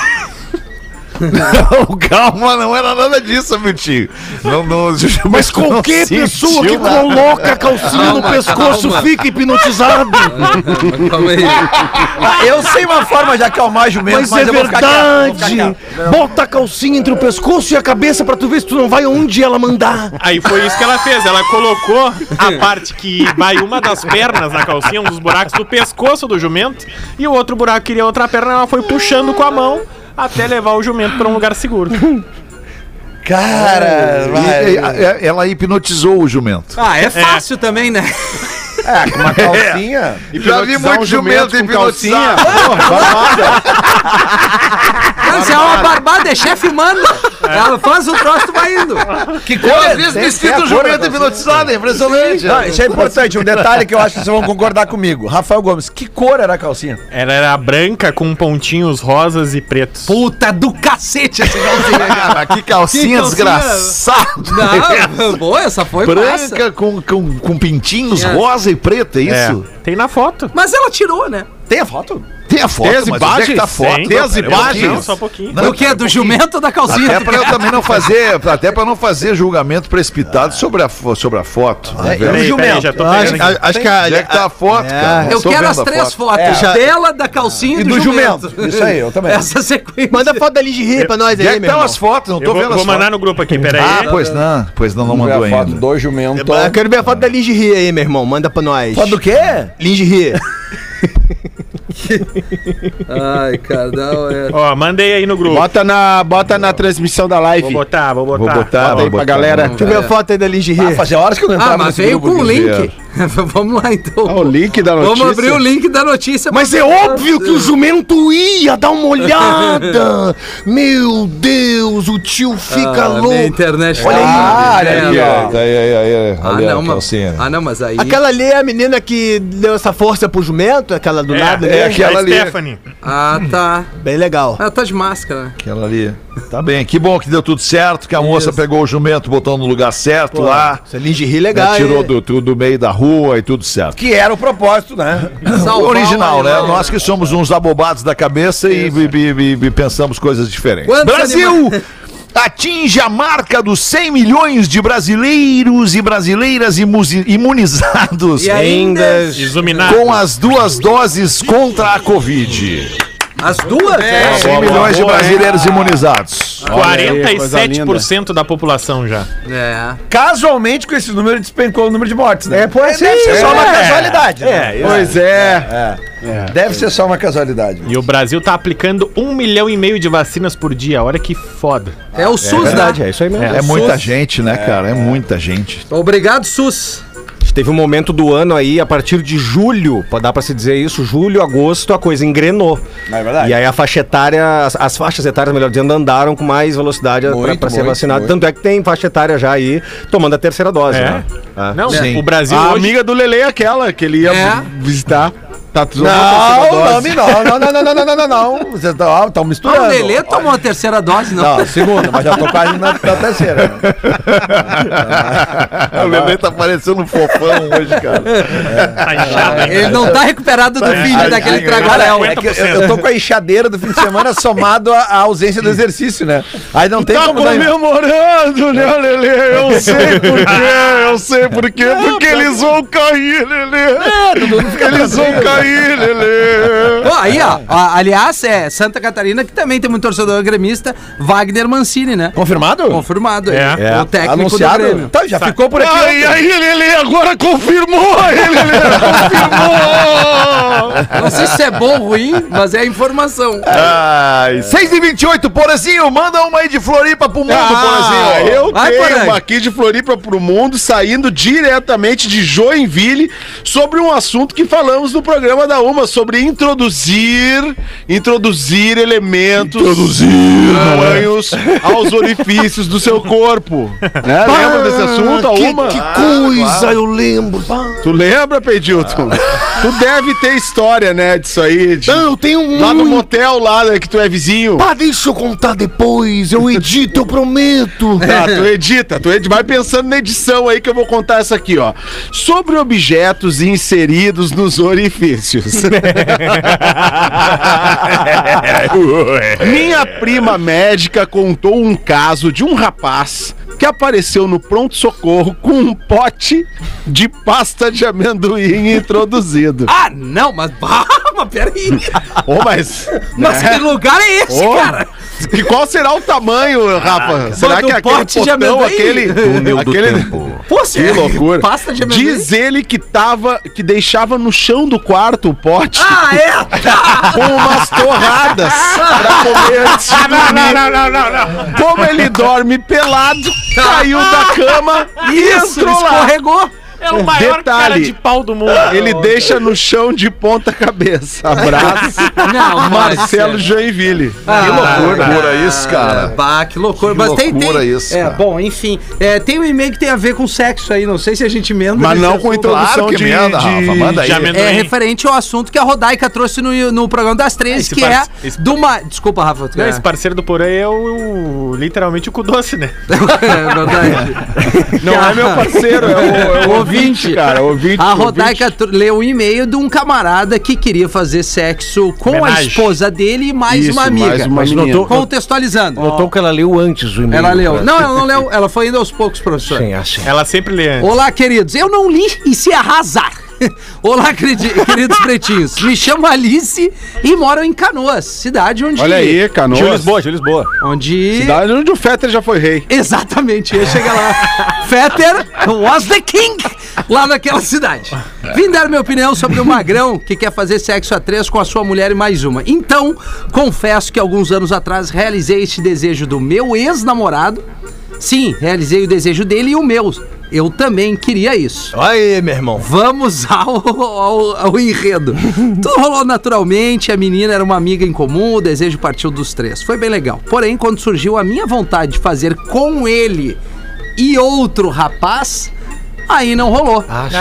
Speaker 4: Não, calma, não era nada disso, meu tio. Não, não,
Speaker 10: Mas qualquer pessoa que coloca a
Speaker 4: Ah,
Speaker 10: calcinha no
Speaker 2: Calma,
Speaker 10: pescoço
Speaker 2: calma.
Speaker 10: fica hipnotizado.
Speaker 2: Calma aí.
Speaker 7: Eu sei uma forma de acalmar jumento,
Speaker 10: Mas, é verdade. Bota a calcinha entre o pescoço e a cabeça pra tu ver se tu não vai onde ela mandar.
Speaker 8: Aí foi isso que ela fez. Ela colocou a parte que vai uma das pernas na calcinha, um dos buracos do pescoço do jumento, e o outro buraco queria outra perna, ela foi puxando com a mão até levar o jumento pra um lugar seguro.
Speaker 7: Cara, vai.
Speaker 4: Ela hipnotizou o jumento.
Speaker 2: Ah, é fácil também, né?
Speaker 7: É, com uma
Speaker 4: É.
Speaker 7: calcinha.
Speaker 4: Já vi
Speaker 10: um
Speaker 6: um
Speaker 4: muito jumento hipnotizado.
Speaker 2: Mas é uma barbada, é chefe humano. Ela faz o troço, tu vai indo.
Speaker 7: Que coisa.
Speaker 2: é
Speaker 4: Às vezes me sinto jumento hipnotizado, é impressionante.
Speaker 7: Não, isso é importante, um detalhe que eu acho que vocês vão concordar comigo. Rafael Gomes, que cor era a calcinha?
Speaker 8: Ela era branca com pontinhos rosas e pretos.
Speaker 2: Puta do cacete assim. essa calcinha. cara.
Speaker 4: Cara, que calcinha
Speaker 2: Que calcinha-
Speaker 4: desgraçada.
Speaker 2: Não, boa, essa foi massa.
Speaker 4: Branca com, com, com pintinhos
Speaker 2: É.
Speaker 4: rosa e preta, é isso?
Speaker 8: Tem na foto.
Speaker 2: Mas ela tirou, né?
Speaker 7: Tem a foto?
Speaker 4: Tem a foto,
Speaker 6: Tem as
Speaker 4: mas onde é que tá a
Speaker 6: imagens?
Speaker 4: foto?
Speaker 8: Tem.
Speaker 4: Tem as
Speaker 8: Pera, eu
Speaker 4: imagens?
Speaker 8: tenho, só um pouquinho.
Speaker 4: Não,
Speaker 2: o que? é
Speaker 4: cara,
Speaker 2: Do jumento ou da calcinha?
Speaker 4: Até pra eu também não fazer, até pra não fazer julgamento precipitado sobre a, fo- sobre a foto. né, velho?
Speaker 8: Peraí, peraí, já tô pegando aqui.
Speaker 6: Acho que
Speaker 4: Onde é que tá a foto, cara?
Speaker 2: Eu
Speaker 4: Tô
Speaker 2: quero
Speaker 4: vendo
Speaker 2: as
Speaker 4: a
Speaker 2: três
Speaker 4: foto.
Speaker 2: fotos.
Speaker 7: É.
Speaker 2: Dela, da calcinha e do, jumento.
Speaker 7: Isso aí, eu também.
Speaker 2: Essa sequência.
Speaker 5: Manda foto da Lindy Rir pra nós
Speaker 4: Onde
Speaker 5: aí,
Speaker 4: é que
Speaker 5: meu
Speaker 4: estão
Speaker 5: irmão.
Speaker 4: as fotos? Não tô
Speaker 8: Eu vou,
Speaker 4: vendo
Speaker 8: vou
Speaker 4: as
Speaker 8: mandar
Speaker 4: fotos.
Speaker 8: no grupo aqui, peraí.
Speaker 4: Ah, pois não. Pois não, não
Speaker 7: Vamos ver
Speaker 4: mandou
Speaker 7: a foto
Speaker 4: ainda.
Speaker 7: do
Speaker 8: um
Speaker 7: jumento.
Speaker 5: Eu quero ver a foto da Lindy Rir aí, meu irmão. Manda pra nós.
Speaker 7: Foto do quê?
Speaker 5: Lindy Rir.
Speaker 2: Ai, cara, não é.
Speaker 8: Ó, mandei aí no grupo.
Speaker 6: Bota na, bota na transmissão da
Speaker 8: Vou
Speaker 6: live.
Speaker 8: botar, vou botar.
Speaker 4: Vou botar,
Speaker 8: Ó,
Speaker 4: vou
Speaker 6: Aí pra
Speaker 4: botar.
Speaker 6: galera. Tá
Speaker 5: Deixa eu ver a foto aí da Lindy
Speaker 7: Ah,
Speaker 5: Rir.
Speaker 7: fazia horas que eu não entrava
Speaker 2: Ah, mas
Speaker 7: nesse
Speaker 2: veio com
Speaker 7: grupo
Speaker 2: o
Speaker 7: de-
Speaker 2: link. Vamos lá então.
Speaker 6: Ah, o link da notícia.
Speaker 2: Vamos abrir o link da notícia. pra
Speaker 10: Mas é
Speaker 2: ver.
Speaker 10: óbvio que o jumento ia dar uma olhada. Meu Deus, o tio fica
Speaker 2: Ah, minha
Speaker 10: louco.
Speaker 2: internet.
Speaker 7: Olha aí,
Speaker 2: tá
Speaker 7: olha
Speaker 2: vendo?
Speaker 7: aí, ó.
Speaker 4: Aí, aí, aí, aí.
Speaker 2: Ah,
Speaker 4: Olha a
Speaker 2: não, mas,
Speaker 4: calcinha.
Speaker 2: ah, não, mas aí.
Speaker 5: Aquela ali é a menina que deu essa força pro jumento, aquela do
Speaker 8: É,
Speaker 5: lado
Speaker 8: é
Speaker 5: ali.
Speaker 4: né? aquela
Speaker 8: a
Speaker 4: ali.
Speaker 8: Stephanie.
Speaker 2: Ah, tá.
Speaker 5: Bem legal.
Speaker 2: Ela tá de máscara. né?
Speaker 4: Aquela ali. Tá bem, que bom que deu tudo certo, que a moça pegou o jumento, botou no lugar certo
Speaker 8: Ah.
Speaker 4: lá.
Speaker 5: Essa Lindy Rir
Speaker 4: né,
Speaker 5: legal,
Speaker 4: tirou
Speaker 5: hein?
Speaker 4: do, do, do meio da rua e tudo certo.
Speaker 7: Que era o propósito, né?
Speaker 2: Salvar o
Speaker 4: Original, né?
Speaker 2: animal.
Speaker 4: Nós que somos uns abobados da cabeça e, e- e- e pensamos coisas diferentes.
Speaker 2: Quantos
Speaker 4: Brasil! Atinge a marca dos 100 milhões de brasileiros e brasileiras imuzi- imunizados
Speaker 2: E ainda.
Speaker 8: Iluminado.
Speaker 4: com as duas doses contra a Covid.
Speaker 2: As duas? É.
Speaker 4: 100 milhões de brasileiros imunizados.
Speaker 6: aí, coisa linda.
Speaker 8: 47% da população já.
Speaker 2: É.
Speaker 7: Casualmente, com esse número, despencou o número de mortes,
Speaker 4: É,
Speaker 7: né?
Speaker 5: pode ser.
Speaker 7: Deve ser só uma
Speaker 5: É.
Speaker 7: casualidade. né?
Speaker 6: Pois é.
Speaker 7: Deve ser só uma casualidade.
Speaker 8: E o Brasil tá aplicando um milhão e meio de vacinas por dia. Olha que foda.
Speaker 2: É o SUS, né?
Speaker 6: é isso aí mesmo.
Speaker 4: É muita gente, né, cara? É muita gente.
Speaker 2: Obrigado, SUS.
Speaker 11: Teve um momento do ano aí, a partir de julho, pô, dá pra se dizer isso, julho, agosto, a coisa engrenou.
Speaker 7: É verdade.
Speaker 11: E aí a faixa etária, as, as faixas etárias, melhor dizendo, andaram com mais velocidade pra-
Speaker 7: Muito,
Speaker 11: pra ser
Speaker 7: muito,
Speaker 11: vacinado.
Speaker 7: muito.
Speaker 11: Tanto é que tem faixa etária já aí tomando a terceira dose,
Speaker 8: É?
Speaker 11: né? É.
Speaker 8: Não,
Speaker 4: Sim. Ah,
Speaker 8: o Brasil
Speaker 6: A
Speaker 8: hoje...
Speaker 6: amiga do Lele é aquela que ele ia
Speaker 2: É.
Speaker 6: visitar. Tá tudo
Speaker 7: Não, o nome não, não, não, não, não, não, não, não. Vocês estão
Speaker 2: Ah, o
Speaker 7: misturando.
Speaker 2: Lelê tomou a terceira dose, não.
Speaker 7: Não, segunda, mas já tô quase na, na terceira. né? é,
Speaker 4: O Lelê tá parecendo um fofão hoje, cara.
Speaker 8: Tá inchado, hein?
Speaker 2: Ele não tá recuperado do vídeo daquele que tragou
Speaker 7: Cara,
Speaker 2: a
Speaker 7: é que eu, eu tô com a enxadeira do fim de semana somado à, à ausência do exercício, né? Aí É. não tem
Speaker 6: Tá
Speaker 7: como dar-
Speaker 6: comemorando, né, Lele? Eu sei por quê, eu sei por quê. Porque
Speaker 7: tá
Speaker 6: eles vão cair,
Speaker 7: É,
Speaker 6: Lele. Eles vão cair, Lele.
Speaker 2: Pô, aí, ó, a- Aliás, é Santa Catarina, que também tem muito torcedor gremista, Wagner Mancini, né?
Speaker 7: Confirmado?
Speaker 2: Confirmado aí.
Speaker 8: É.
Speaker 2: O técnico do
Speaker 7: Anunciado?
Speaker 2: Grêmio.
Speaker 7: Tá, já ficou por aqui.
Speaker 6: Ai, ai, Lele, agora confirmou, aí, Lele. Confirmou.
Speaker 2: Não sei se é bom ou ruim, mas é a informação.
Speaker 4: Ai, 6h28, Porazinho, manda uma aí de Floripa pro mundo,
Speaker 6: Ah,
Speaker 4: Porazinho.
Speaker 6: eu
Speaker 2: Vai,
Speaker 6: tenho
Speaker 2: Porã.
Speaker 6: uma aqui de Floripa pro mundo, saindo diretamente de Joinville, sobre um assunto que falamos no programa da Uma, sobre introduzir, introduzir elementos estranhos aos orifícios do seu corpo. Né? Lembra desse assunto, a
Speaker 10: Ah, Que,
Speaker 6: Uma? Ah,
Speaker 10: que coisa, eu lembro. pá.
Speaker 6: Tu lembra, Pedilton? Tu deve ter história, né, disso aí. de-
Speaker 10: Não, eu tenho um.
Speaker 6: Lá no motel, lá né, que tu é vizinho.
Speaker 10: Pá, deixa eu contar depois. Eu edito, eu prometo.
Speaker 6: Tá, tu edita, tu edita. Vai pensando na edição aí que eu vou contar essa aqui, ó. Sobre objetos inseridos nos orifícios. Vinícius. Minha prima médica contou um caso de um rapaz que apareceu no pronto-socorro com um pote de pasta de amendoim introduzido.
Speaker 2: Ah, não, mas. Ah, mas peraí.
Speaker 6: Ô, mas. né?
Speaker 2: Mas que lugar é esse,
Speaker 6: Ô,
Speaker 2: cara?
Speaker 6: E qual será o tamanho, Rafa? Será
Speaker 2: Manda
Speaker 6: que
Speaker 2: um
Speaker 6: é aquele
Speaker 2: pote de
Speaker 6: potão,
Speaker 2: amendoim?
Speaker 6: aquele...
Speaker 11: Túnel do
Speaker 6: aquele...
Speaker 11: tempo.
Speaker 2: Pô,
Speaker 6: Que
Speaker 2: sério?
Speaker 6: loucura.
Speaker 2: Pasta de amendoim?
Speaker 6: Diz ele que tava, que deixava no chão do quarto o pote
Speaker 2: Ah, é?
Speaker 6: com
Speaker 4: Um
Speaker 6: umas torradas
Speaker 2: Ah!
Speaker 6: pra comer antes de dormir. Como ele dorme pelado, caiu da cama e
Speaker 2: Ah! Isso,
Speaker 6: entrou lá.
Speaker 2: escorregou.
Speaker 8: É o maior cara
Speaker 6: Detalhe.
Speaker 8: de pau do mundo.
Speaker 6: Ele deixa no chão de ponta cabeça. Abraço,
Speaker 2: Não,
Speaker 6: Marcelo Joinville.
Speaker 2: Ah,
Speaker 4: Que loucura isso,
Speaker 2: Ah,
Speaker 4: cara.
Speaker 2: Bah, que loucura.
Speaker 4: Que
Speaker 2: Mas tem,
Speaker 4: loucura
Speaker 2: tem.
Speaker 4: isso,
Speaker 2: é,
Speaker 4: cara.
Speaker 2: bom, enfim. É, tem um e-mail que tem a ver com sexo aí, não sei se a gente emenda.
Speaker 6: Mas
Speaker 2: nesse
Speaker 6: não
Speaker 2: assunto.
Speaker 6: com introdução
Speaker 4: Claro que
Speaker 6: de,
Speaker 4: emenda,
Speaker 6: de-
Speaker 4: Rafa, manda aí.
Speaker 8: de amendoim.
Speaker 2: É referente ao assunto que a Rodaica trouxe no, no programa das 13,
Speaker 8: Esse
Speaker 2: que
Speaker 8: par-
Speaker 2: é
Speaker 8: esse-
Speaker 2: de uma. Desculpa, Rafa. tu
Speaker 8: Não,
Speaker 2: quer-
Speaker 8: esse parceiro do Porã é o, o- literalmente o cu doce, né?
Speaker 2: é verdade.
Speaker 6: Não é meu parceiro, é o, é o ouvinte, cara. Ouvinte,
Speaker 2: A Rodaica tr- leu um e-mail de um camarada que queria fazer sexo com a
Speaker 8: Homenagem.
Speaker 2: esposa dele e mais
Speaker 6: Isso,
Speaker 2: uma amiga.
Speaker 6: mais uma menina.
Speaker 2: Contextualizando.
Speaker 11: Notou que ela leu antes o e-mail.
Speaker 2: Ela leu.
Speaker 11: né?
Speaker 2: Não, ela não leu. Ela foi indo aos poucos, professor.
Speaker 11: Sim, assim.
Speaker 8: Ela sempre lê antes.
Speaker 2: Olá, queridos. Eu não li e se arrasar. Olá, credi- queridos pretinhos. Me chamo Alice e moro em Canoas, cidade onde.
Speaker 6: Olha aí, canoa.
Speaker 11: Gil Lisboa, Gil Lisboa.
Speaker 2: Onde.
Speaker 6: Cidade onde o Fetter já foi rei.
Speaker 2: Exatamente, ia chegar lá. Fetter was the king lá naquela cidade. Vim dar minha opinião sobre o magrão que quer fazer sexo a três com a sua mulher e mais uma. Então, confesso que alguns anos atrás realizei este desejo do meu ex-namorado. Sim, realizei o desejo dele e o meu. Eu também queria isso.
Speaker 11: Aí, meu irmão.
Speaker 2: Vamos ao, ao- ao enredo. Tudo rolou naturalmente, a menina era uma amiga em comum, o desejo partiu dos três. Foi bem legal. Porém, quando surgiu a minha vontade de fazer com ele e outro rapaz, aí não rolou.
Speaker 11: Acho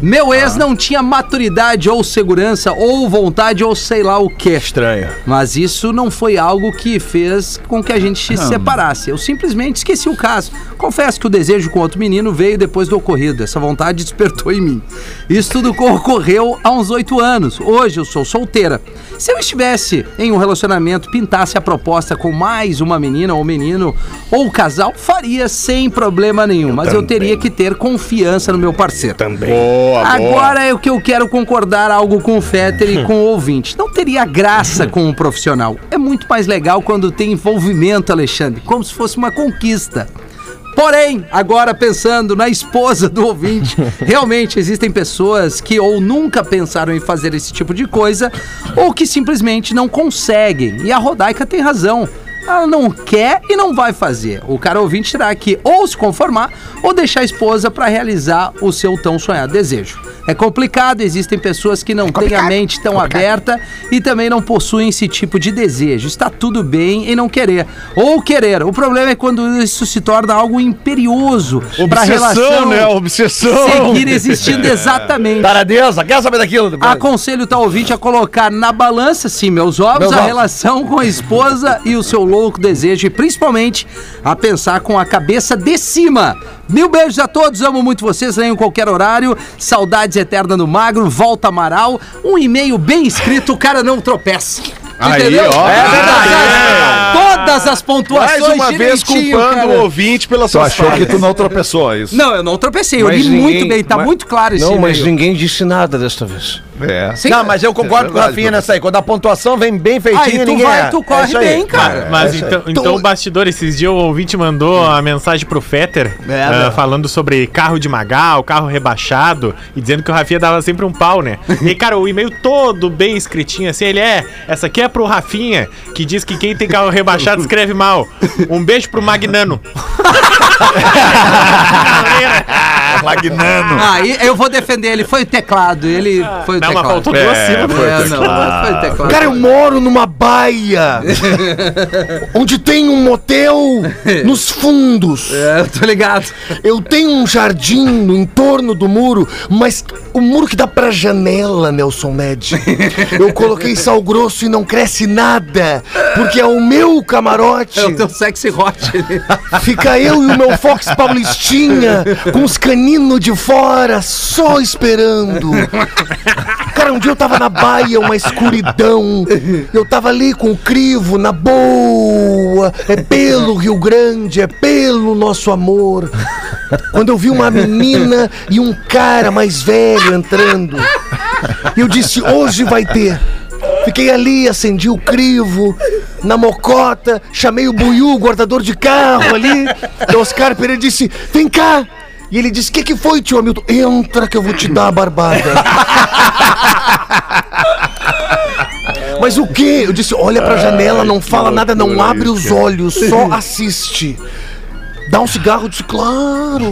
Speaker 2: Meu ex não tinha maturidade ou segurança ou vontade ou sei lá o que.
Speaker 11: estranho.
Speaker 2: Mas isso não foi algo que fez com que a gente se separasse. Eu simplesmente esqueci o caso. Confesso que o desejo com outro menino veio depois do ocorrido. Essa vontade despertou em mim. Isso tudo ocorreu há uns oito anos. Hoje eu sou solteira. Se eu estivesse em um relacionamento, pintasse a proposta com mais uma menina ou menino ou casal, faria sem problema nenhum. Mas eu teria que ter confiança no meu parceiro. Agora é o que eu quero concordar algo com o Fetter e com o ouvinte. Não teria graça com um profissional. É muito mais legal quando tem envolvimento, Alexandre, como se fosse uma conquista. Porém, agora pensando na esposa do ouvinte, realmente existem pessoas que ou nunca pensaram em fazer esse tipo de coisa, ou que simplesmente não conseguem. E a Rodaica tem razão. Ela não quer e não vai fazer. O cara ouvinte terá que ou se conformar ou deixar a esposa para realizar o seu tão sonhado desejo. É complicado, existem pessoas que não têm a mente tão aberta e também não possuem esse tipo de desejo. Está tudo bem em não querer ou querer. O problema é quando isso se torna algo imperioso para
Speaker 7: né?
Speaker 2: a relação
Speaker 6: Obsessão.
Speaker 2: seguir existindo exatamente.
Speaker 7: Taradeza, Tá quer saber daquilo?
Speaker 2: Ah, Aconselho o tal ouvinte a colocar na balança, sim, meus ovos,
Speaker 7: Meus
Speaker 2: a
Speaker 7: ovos.
Speaker 2: relação com a esposa e o seu louco desejo, e principalmente a pensar com a cabeça de cima. Mil beijos a todos, amo muito vocês, venham em qualquer horário. Saudades eterna do Magro, volta Amaral. Um e-mail bem escrito, o cara não tropeça.
Speaker 6: Aí, ó.
Speaker 2: É verdade.
Speaker 6: Ah,
Speaker 2: Todas as pontuações.
Speaker 6: Mais uma vez
Speaker 2: direitinho,
Speaker 6: culpando
Speaker 2: cara.
Speaker 6: o ouvinte pela
Speaker 4: Tu
Speaker 6: sua
Speaker 4: achou que tu não tropeçou é isso?
Speaker 2: Não, eu não tropecei, eu li muito bem, tá muito claro esse
Speaker 11: Não, mas
Speaker 2: e-mail.
Speaker 11: ninguém disse nada desta vez.
Speaker 4: É.
Speaker 2: Sim,
Speaker 7: não, mas eu
Speaker 4: É
Speaker 7: concordo com o
Speaker 4: verdade,
Speaker 7: Rafinha
Speaker 4: Dudu.
Speaker 7: nessa aí. Quando a pontuação vem bem feitinha,
Speaker 2: Aí tu
Speaker 7: ninguém
Speaker 2: vai,
Speaker 7: erra.
Speaker 2: tu
Speaker 7: É
Speaker 2: corre
Speaker 7: isso aí.
Speaker 2: bem, cara.
Speaker 8: Mas então, então, bastidor, esses dias o ouvinte mandou a mensagem pro Fetter
Speaker 12: É,
Speaker 8: ah, falando sobre carro de Magal, carro rebaixado, e dizendo que o Rafinha dava sempre um pau, né? E, cara, o e-mail todo bem escritinho assim, ele é. Essa aqui é pro Rafinha, que diz que quem tem carro rebaixado escreve mal. Um beijo pro Magnano.
Speaker 4: Magnano.
Speaker 2: Ah, Aí eu vou defender ele. Foi o teclado. Ele foi o
Speaker 8: Não, mas
Speaker 2: teclado.
Speaker 8: faltou duas
Speaker 4: É,
Speaker 8: sílabas.
Speaker 4: foi o
Speaker 2: É, não,
Speaker 4: teclado.
Speaker 2: foi o teclado.
Speaker 10: Cara, eu moro numa baia onde tem um motel nos fundos.
Speaker 2: É, eu tô ligado.
Speaker 10: Eu tenho um jardim no entorno do muro, mas o muro que dá pra janela, Nelson Ned. Eu coloquei sal grosso e não cresce nada, porque é o meu camarote.
Speaker 2: É o teu sexy hot. ali.
Speaker 10: Fica eu e o meu Fox Paulistinha com os caninos de fora só esperando.
Speaker 7: Cara, um dia eu tava na baia, uma escuridão. Eu tava ali com o crivo, na boa. É pelo Rio Grande, é pelo nosso amor. Quando eu vi uma menina e um cara mais velho entrando, eu disse: hoje vai ter. Fiquei ali, acendi o crivo, na mocota, chamei o Buiu, o guardador de carro ali. O Oscar Pereira disse: vem cá. E ele disse: o que, que foi, tio Hamilton? Entra que eu vou te dar a barbada. Mas o quê? Eu disse, olha pra janela, não fala nada, não abre os olhos, só assiste. Dá um cigarro, eu disse, claro.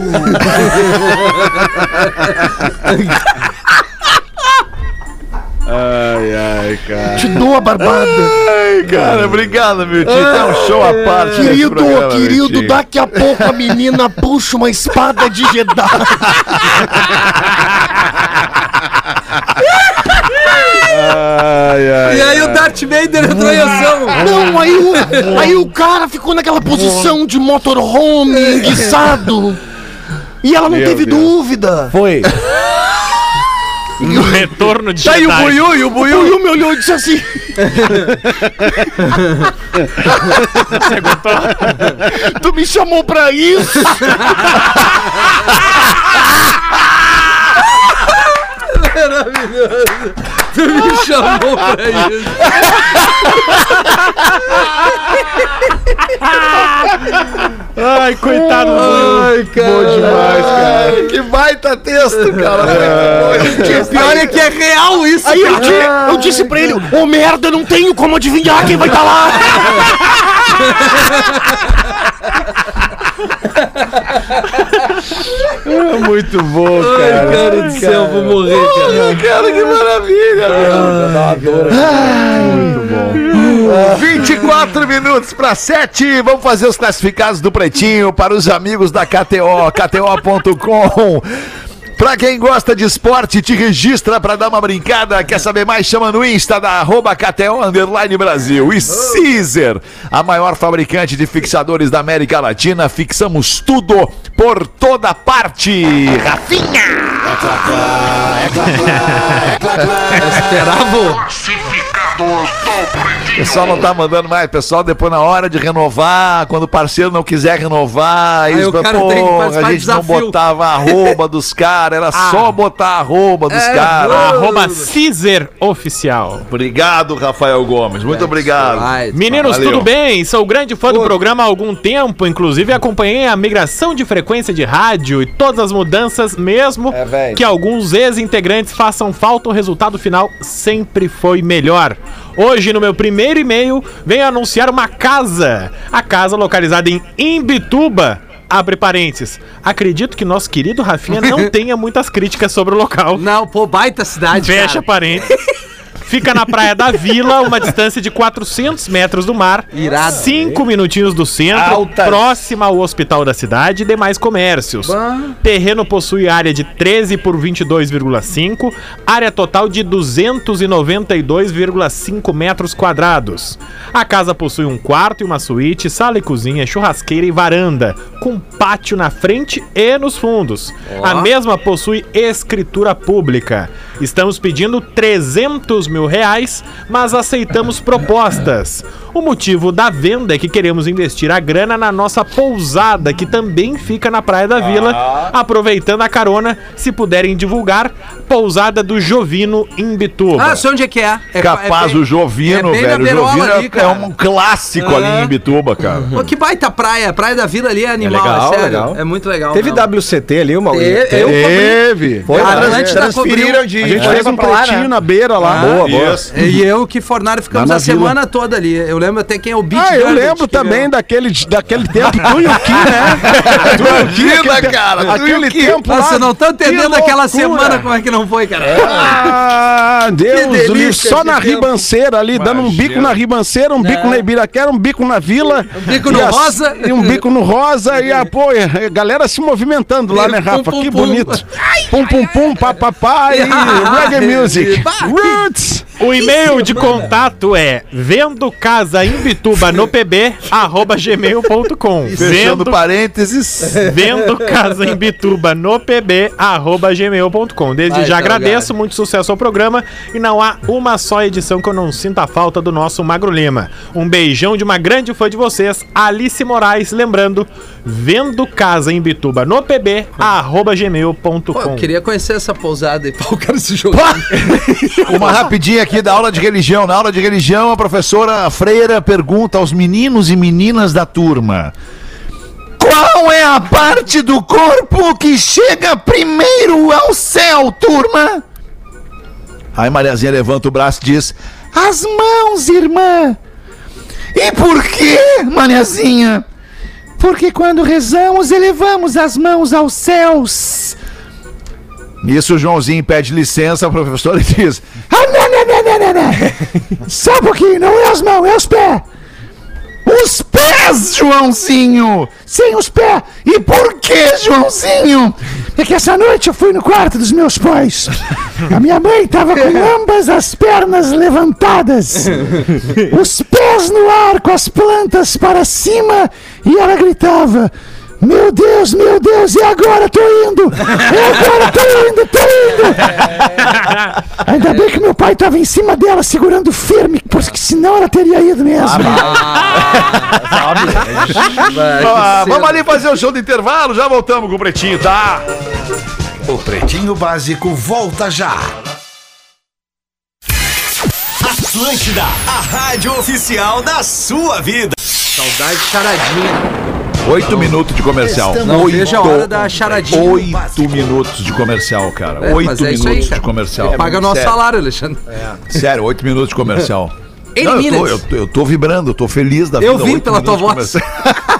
Speaker 6: Ai, ai, cara.
Speaker 7: Te dou a barbada.
Speaker 4: Ai, cara, obrigado, meu tio. É um show à parte. nesse
Speaker 7: Querido,
Speaker 4: programa, meu
Speaker 7: querido,
Speaker 4: tio.
Speaker 7: daqui a pouco a menina puxa uma espada de Jedi.
Speaker 2: E aí o Darth Vader entrou em ação.
Speaker 7: Não, aí o, aí o cara ficou naquela posição de motorhome enguiçado. E ela não teve dúvida.
Speaker 12: Foi.
Speaker 8: No retorno de
Speaker 12: Tá, e o
Speaker 8: Jedi.
Speaker 12: Buiu, e o
Speaker 7: E
Speaker 12: Buiu.
Speaker 7: o me olhou e disse assim. tu me chamou pra isso?
Speaker 2: Tu me chamou pra isso.
Speaker 8: Ai, coitado do Buiu.
Speaker 4: Ai, Que baita texto, cara.
Speaker 2: E olha que é real isso.
Speaker 7: Aí eu, di- eu disse pra ele, ô merda, eu não tenho como adivinhar quem vai estar lá.
Speaker 4: É Muito bom, cara.
Speaker 2: Ai, cara do céu, eu vou morrer, cara.
Speaker 4: Cara, que maravilha, meu. 24 minutos para 7. Vamos fazer os classificados do Pretinho para os amigos da KTO, kto.com. Pra quem gosta de esporte, te registra pra dar uma brincada. Quer saber mais? Chama no Insta da arroba KTO Underline Brasil. E Caesar, a maior fabricante de fixadores da América Latina. Fixamos tudo por toda parte. O pessoal não tá mandando mais, O pessoal, depois na hora de renovar, quando o parceiro não quiser renovar, aí
Speaker 2: Aí
Speaker 4: eles
Speaker 2: o
Speaker 4: falam,
Speaker 2: cara tem que
Speaker 4: "Pô,
Speaker 2: participar
Speaker 4: a
Speaker 2: de
Speaker 4: gente não
Speaker 2: desafio." Ah.
Speaker 4: botava a arroba dos caras, era só botar a arroba dos
Speaker 2: É,
Speaker 4: caras.
Speaker 8: Arroba Caesar Oficial.
Speaker 4: Obrigado, Rafael Gomes,
Speaker 2: É,
Speaker 4: muito obrigado.
Speaker 2: Vai,
Speaker 8: Meninos,
Speaker 4: Valeu.
Speaker 8: tudo bem? Sou grande fã do programa há algum tempo, inclusive acompanhei a migração de frequência de rádio e todas as mudanças, mesmo que alguns ex-integrantes façam falta, o resultado final sempre foi melhor. Hoje, no meu primeiro e-mail, venho anunciar uma casa. A casa localizada em Imbituba. Abre parênteses. Acredito que nosso querido Rafinha não tenha muitas críticas sobre o local.
Speaker 2: Não, pô, baita cidade.
Speaker 8: Fecha
Speaker 2: cara.
Speaker 8: parênteses. Fica na Praia da Vila, uma distância de 400 metros do mar.
Speaker 2: Irado.
Speaker 8: Cinco minutinhos do centro, próxima ao hospital da cidade e demais comércios. Terreno possui área de 13 por 22,5, área total de 292,5 metros quadrados. A casa possui um quarto e uma suíte, sala e cozinha, churrasqueira e varanda, com pátio na frente e nos fundos. A mesma possui escritura pública. Estamos pedindo 300 mil reais, mas aceitamos propostas. O motivo da venda é que queremos investir a grana na nossa pousada, que também fica na Praia da Vila. Aproveitando a carona, se puderem divulgar, pousada do Jovino em Bituba.
Speaker 2: Ah, sei onde é que é. é
Speaker 4: Capaz,
Speaker 2: é bem-
Speaker 4: o Jovino,
Speaker 2: é bem na
Speaker 4: velho. O
Speaker 2: Berola
Speaker 4: Jovino é-
Speaker 2: ali,
Speaker 4: é,
Speaker 2: cara.
Speaker 4: um clássico ali em
Speaker 2: Aham. Uhum.
Speaker 4: Bituba, cara.
Speaker 2: Pô, que baita praia. Praia da Vila ali é animal, é,
Speaker 13: legal,
Speaker 2: sério.
Speaker 13: legal.
Speaker 2: É muito legal.
Speaker 13: Teve
Speaker 2: mesmo.
Speaker 13: WCT ali, uma
Speaker 2: Te- Eu cobri.
Speaker 6: Teve.
Speaker 13: Foi,
Speaker 2: A
Speaker 13: né?
Speaker 7: Ah,
Speaker 2: Atlântida
Speaker 13: Transferiram
Speaker 2: cobriu.
Speaker 13: de.
Speaker 6: A gente fez um pretinho na beira lá.
Speaker 13: Boa, boa.
Speaker 6: Ah, Isso.
Speaker 2: É, E eu que Fornari ficamos
Speaker 6: Lá na
Speaker 2: a semana toda ali. Eu lembro até quem é o Beat
Speaker 6: Ah, eu
Speaker 2: Bandit,
Speaker 6: lembro
Speaker 2: que
Speaker 6: também
Speaker 2: ganhou.
Speaker 6: daquele, daquele tempo, tu e o Ki, né? Tu e o Ki, aquele te-
Speaker 4: cara, tu e o
Speaker 6: Aquele
Speaker 4: Ki.
Speaker 6: tempo
Speaker 2: Nossa,
Speaker 6: lá,
Speaker 2: eu Ah, não tô entendendo
Speaker 6: que
Speaker 2: aquela
Speaker 6: loucura. É.
Speaker 2: semana como é que não foi, cara.
Speaker 6: Ah, Deus,
Speaker 2: delícia
Speaker 6: o livro, só
Speaker 2: esse
Speaker 6: na
Speaker 2: tempo.
Speaker 6: ribanceira ali, dando um bico na ribanceira, um bico na Ibiraquera, um bico na Vila. Um
Speaker 2: Né? bico no Rosa.
Speaker 6: E um bico no Rosa e a, pô, e a galera se movimentando lá, né,
Speaker 2: Pum,
Speaker 6: Rafa?
Speaker 2: pum,
Speaker 6: que
Speaker 2: pum.
Speaker 6: bonito. Pum, pum, pum, papapá e reggae music. Roots.
Speaker 8: O e-mail de contato é vendo casa em Bituba no pb arroba gmail.com.
Speaker 4: Fechando
Speaker 8: Vendo,
Speaker 4: parênteses.
Speaker 8: vendo casa em Bituba no pb arroba gmail.com. Desde
Speaker 2: Vai,
Speaker 8: já
Speaker 2: então,
Speaker 8: agradeço, muito sucesso ao programa e não há uma só edição que eu não sinta a falta do nosso Magro Lima. Um beijão de uma grande fã de vocês, Alice Moraes, lembrando, vendo casa em Bituba no pb
Speaker 2: Pô,
Speaker 8: arroba
Speaker 2: eu
Speaker 8: gmail.com.
Speaker 2: queria conhecer essa pousada e pá, o cara se jogou.
Speaker 4: Uma rapidinha aqui da aula de religião. Na aula de religião, a professora Freira pergunta aos meninos e meninas da turma: Qual é a parte do corpo que chega primeiro ao céu, turma? Aí Mariazinha levanta o braço e diz: As mãos, irmã. E por quê, Mariazinha? Porque quando rezamos, elevamos as mãos aos céus. Nisso, o Joãozinho pede licença ao professor e diz: ah, não, não, não, não, não, não. Só um pouquinho, não é as mãos, é os pés. Os pés, Joãozinho! Sem os pés! E por que, Joãozinho? É que essa noite eu fui no quarto dos meus pais. A minha mãe tava com ambas as pernas levantadas, os pés no ar, com as plantas para cima, e ela gritava. Meu Deus, meu Deus, e agora tô indo! E agora tô indo, tô indo! Ainda bem que meu pai tava em cima dela, segurando firme, porque senão ela teria ido mesmo. Ah, vamos ali fazer o show do intervalo, já voltamos com o Pretinho, tá?
Speaker 3: O Pretinho Básico volta já. Atlântida, a rádio oficial da sua vida.
Speaker 2: Saudade charadinha.
Speaker 4: Oito minutos de comercial.
Speaker 2: Não
Speaker 4: oito,
Speaker 2: vejo a hora da charadinha.
Speaker 4: oito minutos de comercial, cara. É,
Speaker 2: É,
Speaker 4: oito
Speaker 2: mas é isso
Speaker 4: minutos
Speaker 2: aí, cara.
Speaker 4: de comercial.
Speaker 2: Paga nosso
Speaker 4: sério, É,
Speaker 2: salário, Alexandre.
Speaker 4: Sério, oito minutos de comercial.
Speaker 2: Em
Speaker 4: Não, eu,
Speaker 2: Minas.
Speaker 4: tô, eu, tô, eu tô vibrando, eu tô feliz da
Speaker 2: Eu
Speaker 4: vida.
Speaker 2: vi
Speaker 4: oito
Speaker 2: pela tua
Speaker 4: minutos
Speaker 2: voz.
Speaker 4: de comercial.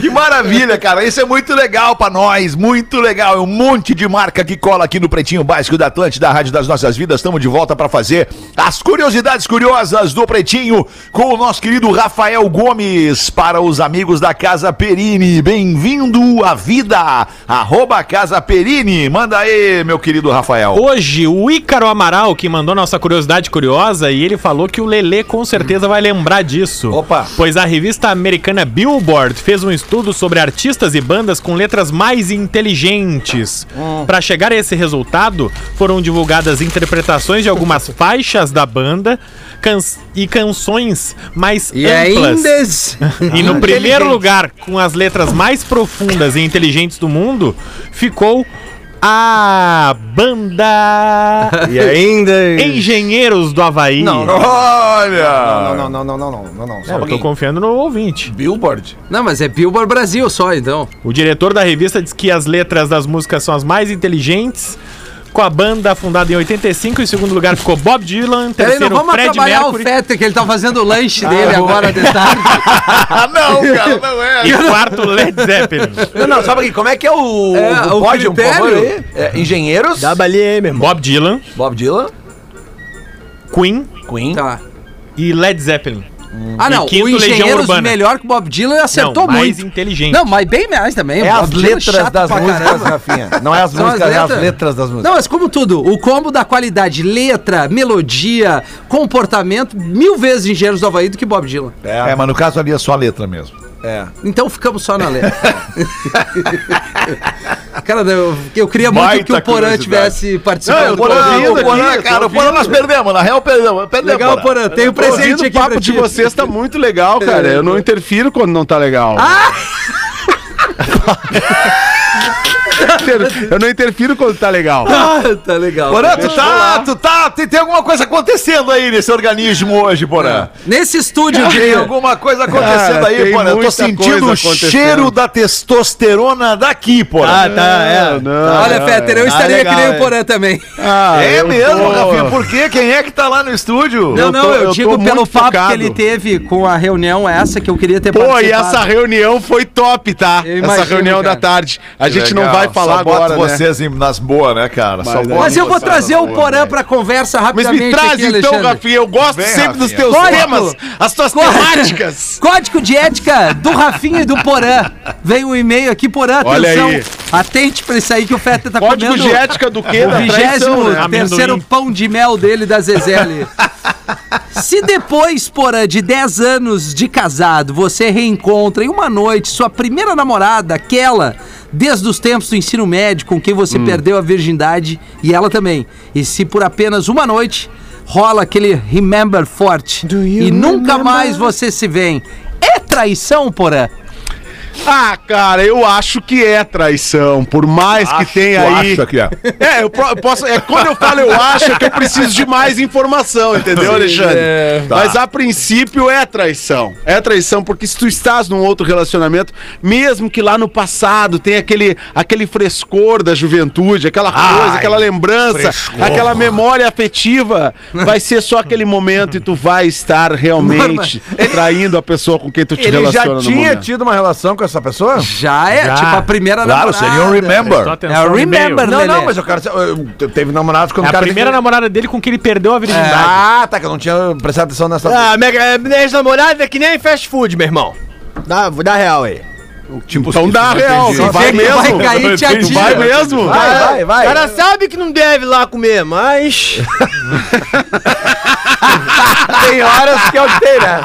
Speaker 4: Que maravilha, cara. Isso é muito legal pra nós. Muito legal. É um monte de marca que cola aqui no Pretinho Básico da Atlântida, da Rádio das Nossas Vidas. Estamos de volta pra fazer as curiosidades curiosas do Pretinho com o nosso querido Rafael Gomes para os amigos da Casa Perini. Bem-vindo à vida. Arroba Casa Perini. Manda aí, meu querido Rafael.
Speaker 8: Hoje, o Ícaro Amaral, que mandou nossa curiosidade curiosa, e ele falou que o Lelê com certeza vai lembrar disso.
Speaker 4: Opa.
Speaker 8: Pois a revista americana Billboard fez um estudo sobre artistas e bandas com letras mais inteligentes.
Speaker 2: Hum.
Speaker 8: Para chegar a esse resultado, foram divulgadas interpretações de algumas faixas da banda can- e canções mais
Speaker 2: E é
Speaker 8: amplas.
Speaker 2: ainda.
Speaker 8: E
Speaker 2: Ah,
Speaker 8: no primeiro lugar, com as letras mais profundas e inteligentes do mundo, ficou a banda
Speaker 11: E ainda.
Speaker 8: Engenheiros do Havaí. Não,
Speaker 4: Olha!
Speaker 11: Não, não, não, não, não, não, não.
Speaker 8: Eu tô confiando no ouvinte.
Speaker 11: Billboard.
Speaker 2: Não, mas é Billboard Brasil só, então.
Speaker 8: O diretor da revista diz que as letras das músicas são as mais inteligentes. Com a banda fundada em 85, em segundo lugar ficou Bob
Speaker 2: Peraí,
Speaker 8: Dylan,
Speaker 2: não
Speaker 8: terceiro
Speaker 2: vamos
Speaker 8: Fred
Speaker 2: atrapalhar
Speaker 8: Mercury Ah,
Speaker 2: o Fetter, que ele tá fazendo o lanche dele agora de tarde.
Speaker 4: Não, cara, não é.
Speaker 8: e quarto Led Zeppelin.
Speaker 7: Não, não, só aqui, como é que é o,
Speaker 2: É, o
Speaker 7: pódio, por favor,
Speaker 2: critério.
Speaker 7: aí? É, engenheiros,
Speaker 11: Trabalhei, meu irmão.
Speaker 8: Bob Dylan,
Speaker 7: Bob Dylan,
Speaker 8: Queen
Speaker 7: Queen.
Speaker 2: Tá.
Speaker 8: e Led Zeppelin.
Speaker 2: Ah, não.
Speaker 8: E quinto,
Speaker 2: o
Speaker 8: Legião
Speaker 2: Engenheiros
Speaker 8: Urbana.
Speaker 2: melhor que o Bob Dylan acertou
Speaker 8: não, mais
Speaker 2: muito.
Speaker 8: inteligente.
Speaker 2: Não, mas bem mais também.
Speaker 7: É
Speaker 2: Bob
Speaker 7: as
Speaker 2: Dylan
Speaker 7: letras
Speaker 2: chato
Speaker 7: das
Speaker 2: pra
Speaker 7: músicas,
Speaker 2: caramba.
Speaker 7: Rafinha. Não é as
Speaker 2: São as
Speaker 7: músicas, é as
Speaker 2: letras.
Speaker 7: letras das músicas.
Speaker 2: Não, mas como tudo, o combo da qualidade, letra, melodia, comportamento, mil vezes Engenheiros do Havaí do que Bob Dylan.
Speaker 4: É, mas no caso ali é só a letra mesmo.
Speaker 2: Então ficamos só na letra. Cara, eu, eu queria muito
Speaker 4: Baita
Speaker 2: que o Porã
Speaker 4: curiosidade.
Speaker 2: tivesse
Speaker 4: Não,
Speaker 2: participado.
Speaker 4: eu tô ouvindo, Porã, cara. O Porã nós perdemos, na real perdemos. perdemos
Speaker 2: Legal, Porã. Tem um presente
Speaker 6: Ouvindo o
Speaker 2: aqui pra
Speaker 6: papo
Speaker 2: ti.
Speaker 6: de vocês tá muito legal, cara. Eu não interfiro quando não tá legal.
Speaker 2: Ah!
Speaker 6: Inter- Eu não interfiro quando tá legal.
Speaker 2: Ah, tá legal.
Speaker 4: Porã, tu tá, tu tá, tem, tem alguma coisa acontecendo aí nesse organismo hoje, Porã.
Speaker 2: Nesse estúdio
Speaker 4: Tem
Speaker 2: aqui.
Speaker 6: Ah,
Speaker 4: alguma coisa acontecendo
Speaker 6: Cara,
Speaker 4: aí,
Speaker 6: tem
Speaker 4: Porã. Eu tô
Speaker 6: muita coisa
Speaker 4: sentindo o
Speaker 6: acontecendo.
Speaker 4: cheiro da testosterona daqui, Porã.
Speaker 11: Ah, tá, é.
Speaker 6: Não.
Speaker 2: Olha, Peter, eu estaria
Speaker 11: legal,
Speaker 2: que nem o
Speaker 11: é.
Speaker 2: Porã também.
Speaker 6: Ah,
Speaker 4: é
Speaker 6: eu
Speaker 4: mesmo,
Speaker 6: tô-
Speaker 4: Rafinha? Por quê? Quem é que tá lá no estúdio?
Speaker 2: Não,
Speaker 6: Eu
Speaker 2: não,
Speaker 6: tô-
Speaker 2: eu,
Speaker 6: eu tô
Speaker 2: digo pelo
Speaker 6: muito
Speaker 2: papo que
Speaker 6: focado.
Speaker 2: ele teve com a reunião essa que eu queria ter
Speaker 6: Pô, e essa reunião foi top, tá?
Speaker 2: Eu
Speaker 6: essa
Speaker 2: imagino,
Speaker 6: reunião
Speaker 2: cara.
Speaker 6: da tarde. A gente não
Speaker 4: Legal,
Speaker 6: vai falar
Speaker 4: só bota
Speaker 6: agora, né?
Speaker 4: vocês em- nas boas, né, cara? Só bota
Speaker 2: Mas eu vou
Speaker 4: vocês
Speaker 2: trazer
Speaker 4: nas
Speaker 2: o
Speaker 4: boas,
Speaker 2: Porã
Speaker 4: né?
Speaker 2: pra conversa
Speaker 6: Mas
Speaker 2: rapidamente
Speaker 6: me traz
Speaker 2: aqui,
Speaker 6: então,
Speaker 2: Alexandre.
Speaker 6: Rafinha. Eu gosto
Speaker 4: Vem,
Speaker 6: sempre dos
Speaker 4: Rafinha.
Speaker 6: teus
Speaker 2: Código.
Speaker 6: temas, as tuas
Speaker 2: Código.
Speaker 6: temáticas.
Speaker 2: Código de ética do Rafinha e do Porã. Vem um e-mail aqui, Porã,
Speaker 6: Olha
Speaker 2: atenção.
Speaker 6: aí.
Speaker 2: Atente pra isso aí que o Feta tá
Speaker 6: Código
Speaker 2: comendo.
Speaker 6: de ética do quê?
Speaker 2: O
Speaker 6: Da traição,
Speaker 2: vigésimo
Speaker 6: né?
Speaker 2: terceiro
Speaker 8: Amendoim.
Speaker 2: pão de mel dele da Zezele. Se depois, porã, de 10 anos de casado, você reencontra em uma noite sua primeira namorada, aquela desde os tempos do ensino médio, com quem você perdeu a virgindade, e ela também. E se por apenas uma noite rola aquele remember forte
Speaker 7: Do you
Speaker 2: e nunca
Speaker 7: remember?
Speaker 2: mais você se vê, é traição, porã?
Speaker 6: Ah, cara, eu acho que é traição, por mais que tenha aí.
Speaker 4: acha que é?
Speaker 6: É, eu pro- eu posso. É quando eu falo eu acho é que eu preciso de mais informação, entendeu, Alexandre? Tá. Mas a princípio é traição. É traição porque se tu estás num outro relacionamento, mesmo que lá no passado tenha aquele, aquele frescor da juventude, aquela coisa, aquela lembrança, aquela memória afetiva, vai ser só aquele momento e tu vai estar realmente traindo a pessoa com quem tu te
Speaker 11: Ele
Speaker 6: relaciona
Speaker 11: já
Speaker 6: no
Speaker 11: tinha
Speaker 6: momento.
Speaker 11: tido uma relação com essa pessoa?
Speaker 2: Já é,
Speaker 8: Já.
Speaker 2: tipo a primeira
Speaker 4: Claro, seria um
Speaker 8: Prestou
Speaker 4: remember.
Speaker 8: atenção
Speaker 2: É o
Speaker 8: no e-mail.
Speaker 2: remember,
Speaker 11: Não,
Speaker 2: Lelê.
Speaker 11: não, mas eu quero. eu- eu- Teve namorados quando o
Speaker 8: É a
Speaker 11: cara.
Speaker 8: primeira namorada dele com quem ele perdeu a
Speaker 4: É.
Speaker 8: virgindade.
Speaker 11: Ah, tá, que eu não tinha prestado atenção nessa.
Speaker 4: Ah.
Speaker 5: Ah, mega, namorada é que nem fast food, meu irmão. Dá, dá real aí.
Speaker 4: Tipo,
Speaker 6: Então dá real,
Speaker 4: entendi.
Speaker 6: tu vai
Speaker 2: Vê que
Speaker 6: mesmo.
Speaker 2: vai cair, te
Speaker 6: Tu vai
Speaker 2: atira.
Speaker 6: mesmo?
Speaker 11: Vai, vai, vai.
Speaker 5: O É Ah, cara sabe que não deve lá comer, mas.
Speaker 11: tem horas que eu tenho, né?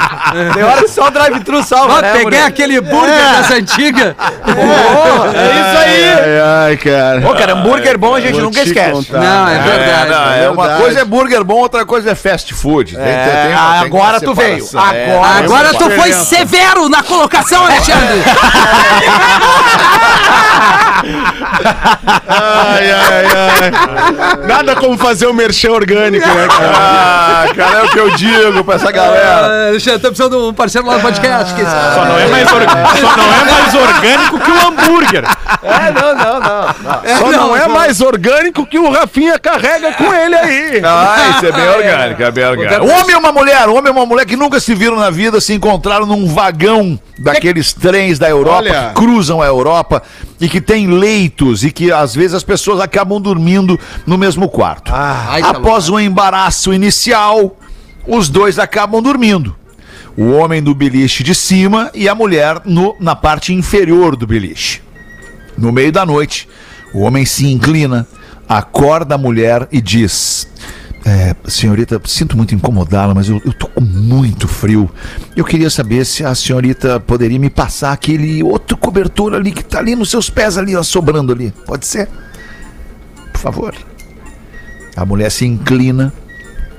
Speaker 11: Tem horas que só o drive-thru salva.
Speaker 2: Ah,
Speaker 11: né,
Speaker 2: peguei
Speaker 11: Murilo?
Speaker 2: aquele burger das antigas.
Speaker 5: É
Speaker 6: Ai, ai, ai, cara.
Speaker 11: Pô, cara, hambúrguer bom a gente
Speaker 6: Vou
Speaker 11: nunca
Speaker 6: te
Speaker 11: esquece.
Speaker 6: contar.
Speaker 2: Não, é verdade.
Speaker 4: não, é uma
Speaker 6: Verdade.
Speaker 4: coisa é burger bom, outra coisa é fast food. Tem-
Speaker 11: É,
Speaker 4: tem- tem uma- tem
Speaker 11: agora
Speaker 4: uma
Speaker 11: tu veio.
Speaker 4: separação. É,
Speaker 11: Agora-
Speaker 4: tem uma
Speaker 2: Agora tu
Speaker 4: separação.
Speaker 2: foi severo na colocação, Alexandre.
Speaker 6: Ai, ai, ai. Nada como fazer o merchan orgânico,
Speaker 4: É,
Speaker 6: né, cara?
Speaker 4: Ah, cara, é o que eu digo pra essa galera.
Speaker 2: Ah, Alexandre, tá precisando de um parceiro lá no podcast. que esse-
Speaker 8: Só não, é mais or-
Speaker 4: Ah,
Speaker 8: só não é mais orgânico que o hambúrguer.
Speaker 11: É, não, não, não. não.
Speaker 6: Só não,
Speaker 2: não,
Speaker 6: é
Speaker 2: não.
Speaker 6: mais orgânico que o Rafinha carrega com ele aí.
Speaker 4: Ah, isso é bem orgânico, é bem orgânico. Um homem e uma mulher, um homem e uma mulher que nunca se viram na vida se encontraram num vagão daqueles trens da Europa,
Speaker 6: Olha.
Speaker 4: que cruzam a Europa e que tem leitos e que às vezes as pessoas acabam dormindo no mesmo quarto. Após um embaraço inicial, os dois acabam dormindo. O homem no beliche de cima e a mulher no- na parte inferior do beliche. No meio da noite, o homem se inclina, acorda a mulher e diz: "É, Senhorita, sinto muito incomodá-la, mas eu, eu tô com muito frio. Eu queria saber se a senhorita poderia me passar aquele outro cobertor ali que tá ali nos seus pés, ali, ó, sobrando ali. Pode ser? Por favor. A mulher se inclina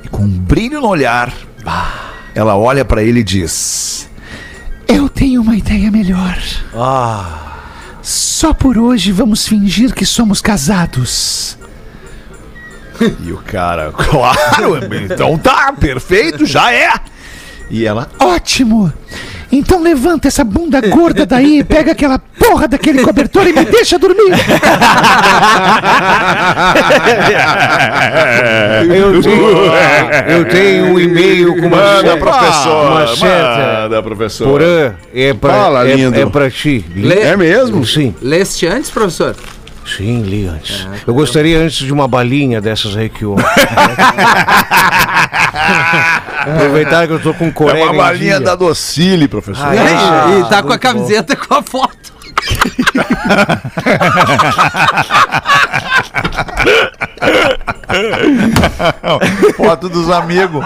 Speaker 4: e, com um brilho no olhar, ela olha pra ele e diz: Eu tenho uma ideia melhor. Só por hoje vamos fingir que somos casados. E o cara, claro, então tá, perfeito, já é. E ela, ótimo. Então levanta essa bunda gorda daí, pega aquela porra daquele cobertor e me deixa dormir.
Speaker 6: É.
Speaker 11: Eu tenho, eu tenho um e-mail com uma
Speaker 4: É. Manda,
Speaker 11: cheta.
Speaker 4: professor.
Speaker 11: Uma cheta.
Speaker 4: manda, professor.
Speaker 11: Porã, é pra,
Speaker 6: Fala,
Speaker 11: é,
Speaker 6: lindo.
Speaker 11: é pra ti.
Speaker 2: Lê-
Speaker 6: É mesmo?
Speaker 11: Sim,
Speaker 2: Leste antes, professor?
Speaker 11: sim, li antes. Eu gostaria antes de uma balinha dessas aí que eu... Aproveitar que eu tô com
Speaker 4: É
Speaker 11: Coreia.
Speaker 7: um
Speaker 4: uma balinha da docile, professor.
Speaker 11: Ah, é?
Speaker 2: e tá com a camiseta com a foto.
Speaker 4: Foto dos amigos.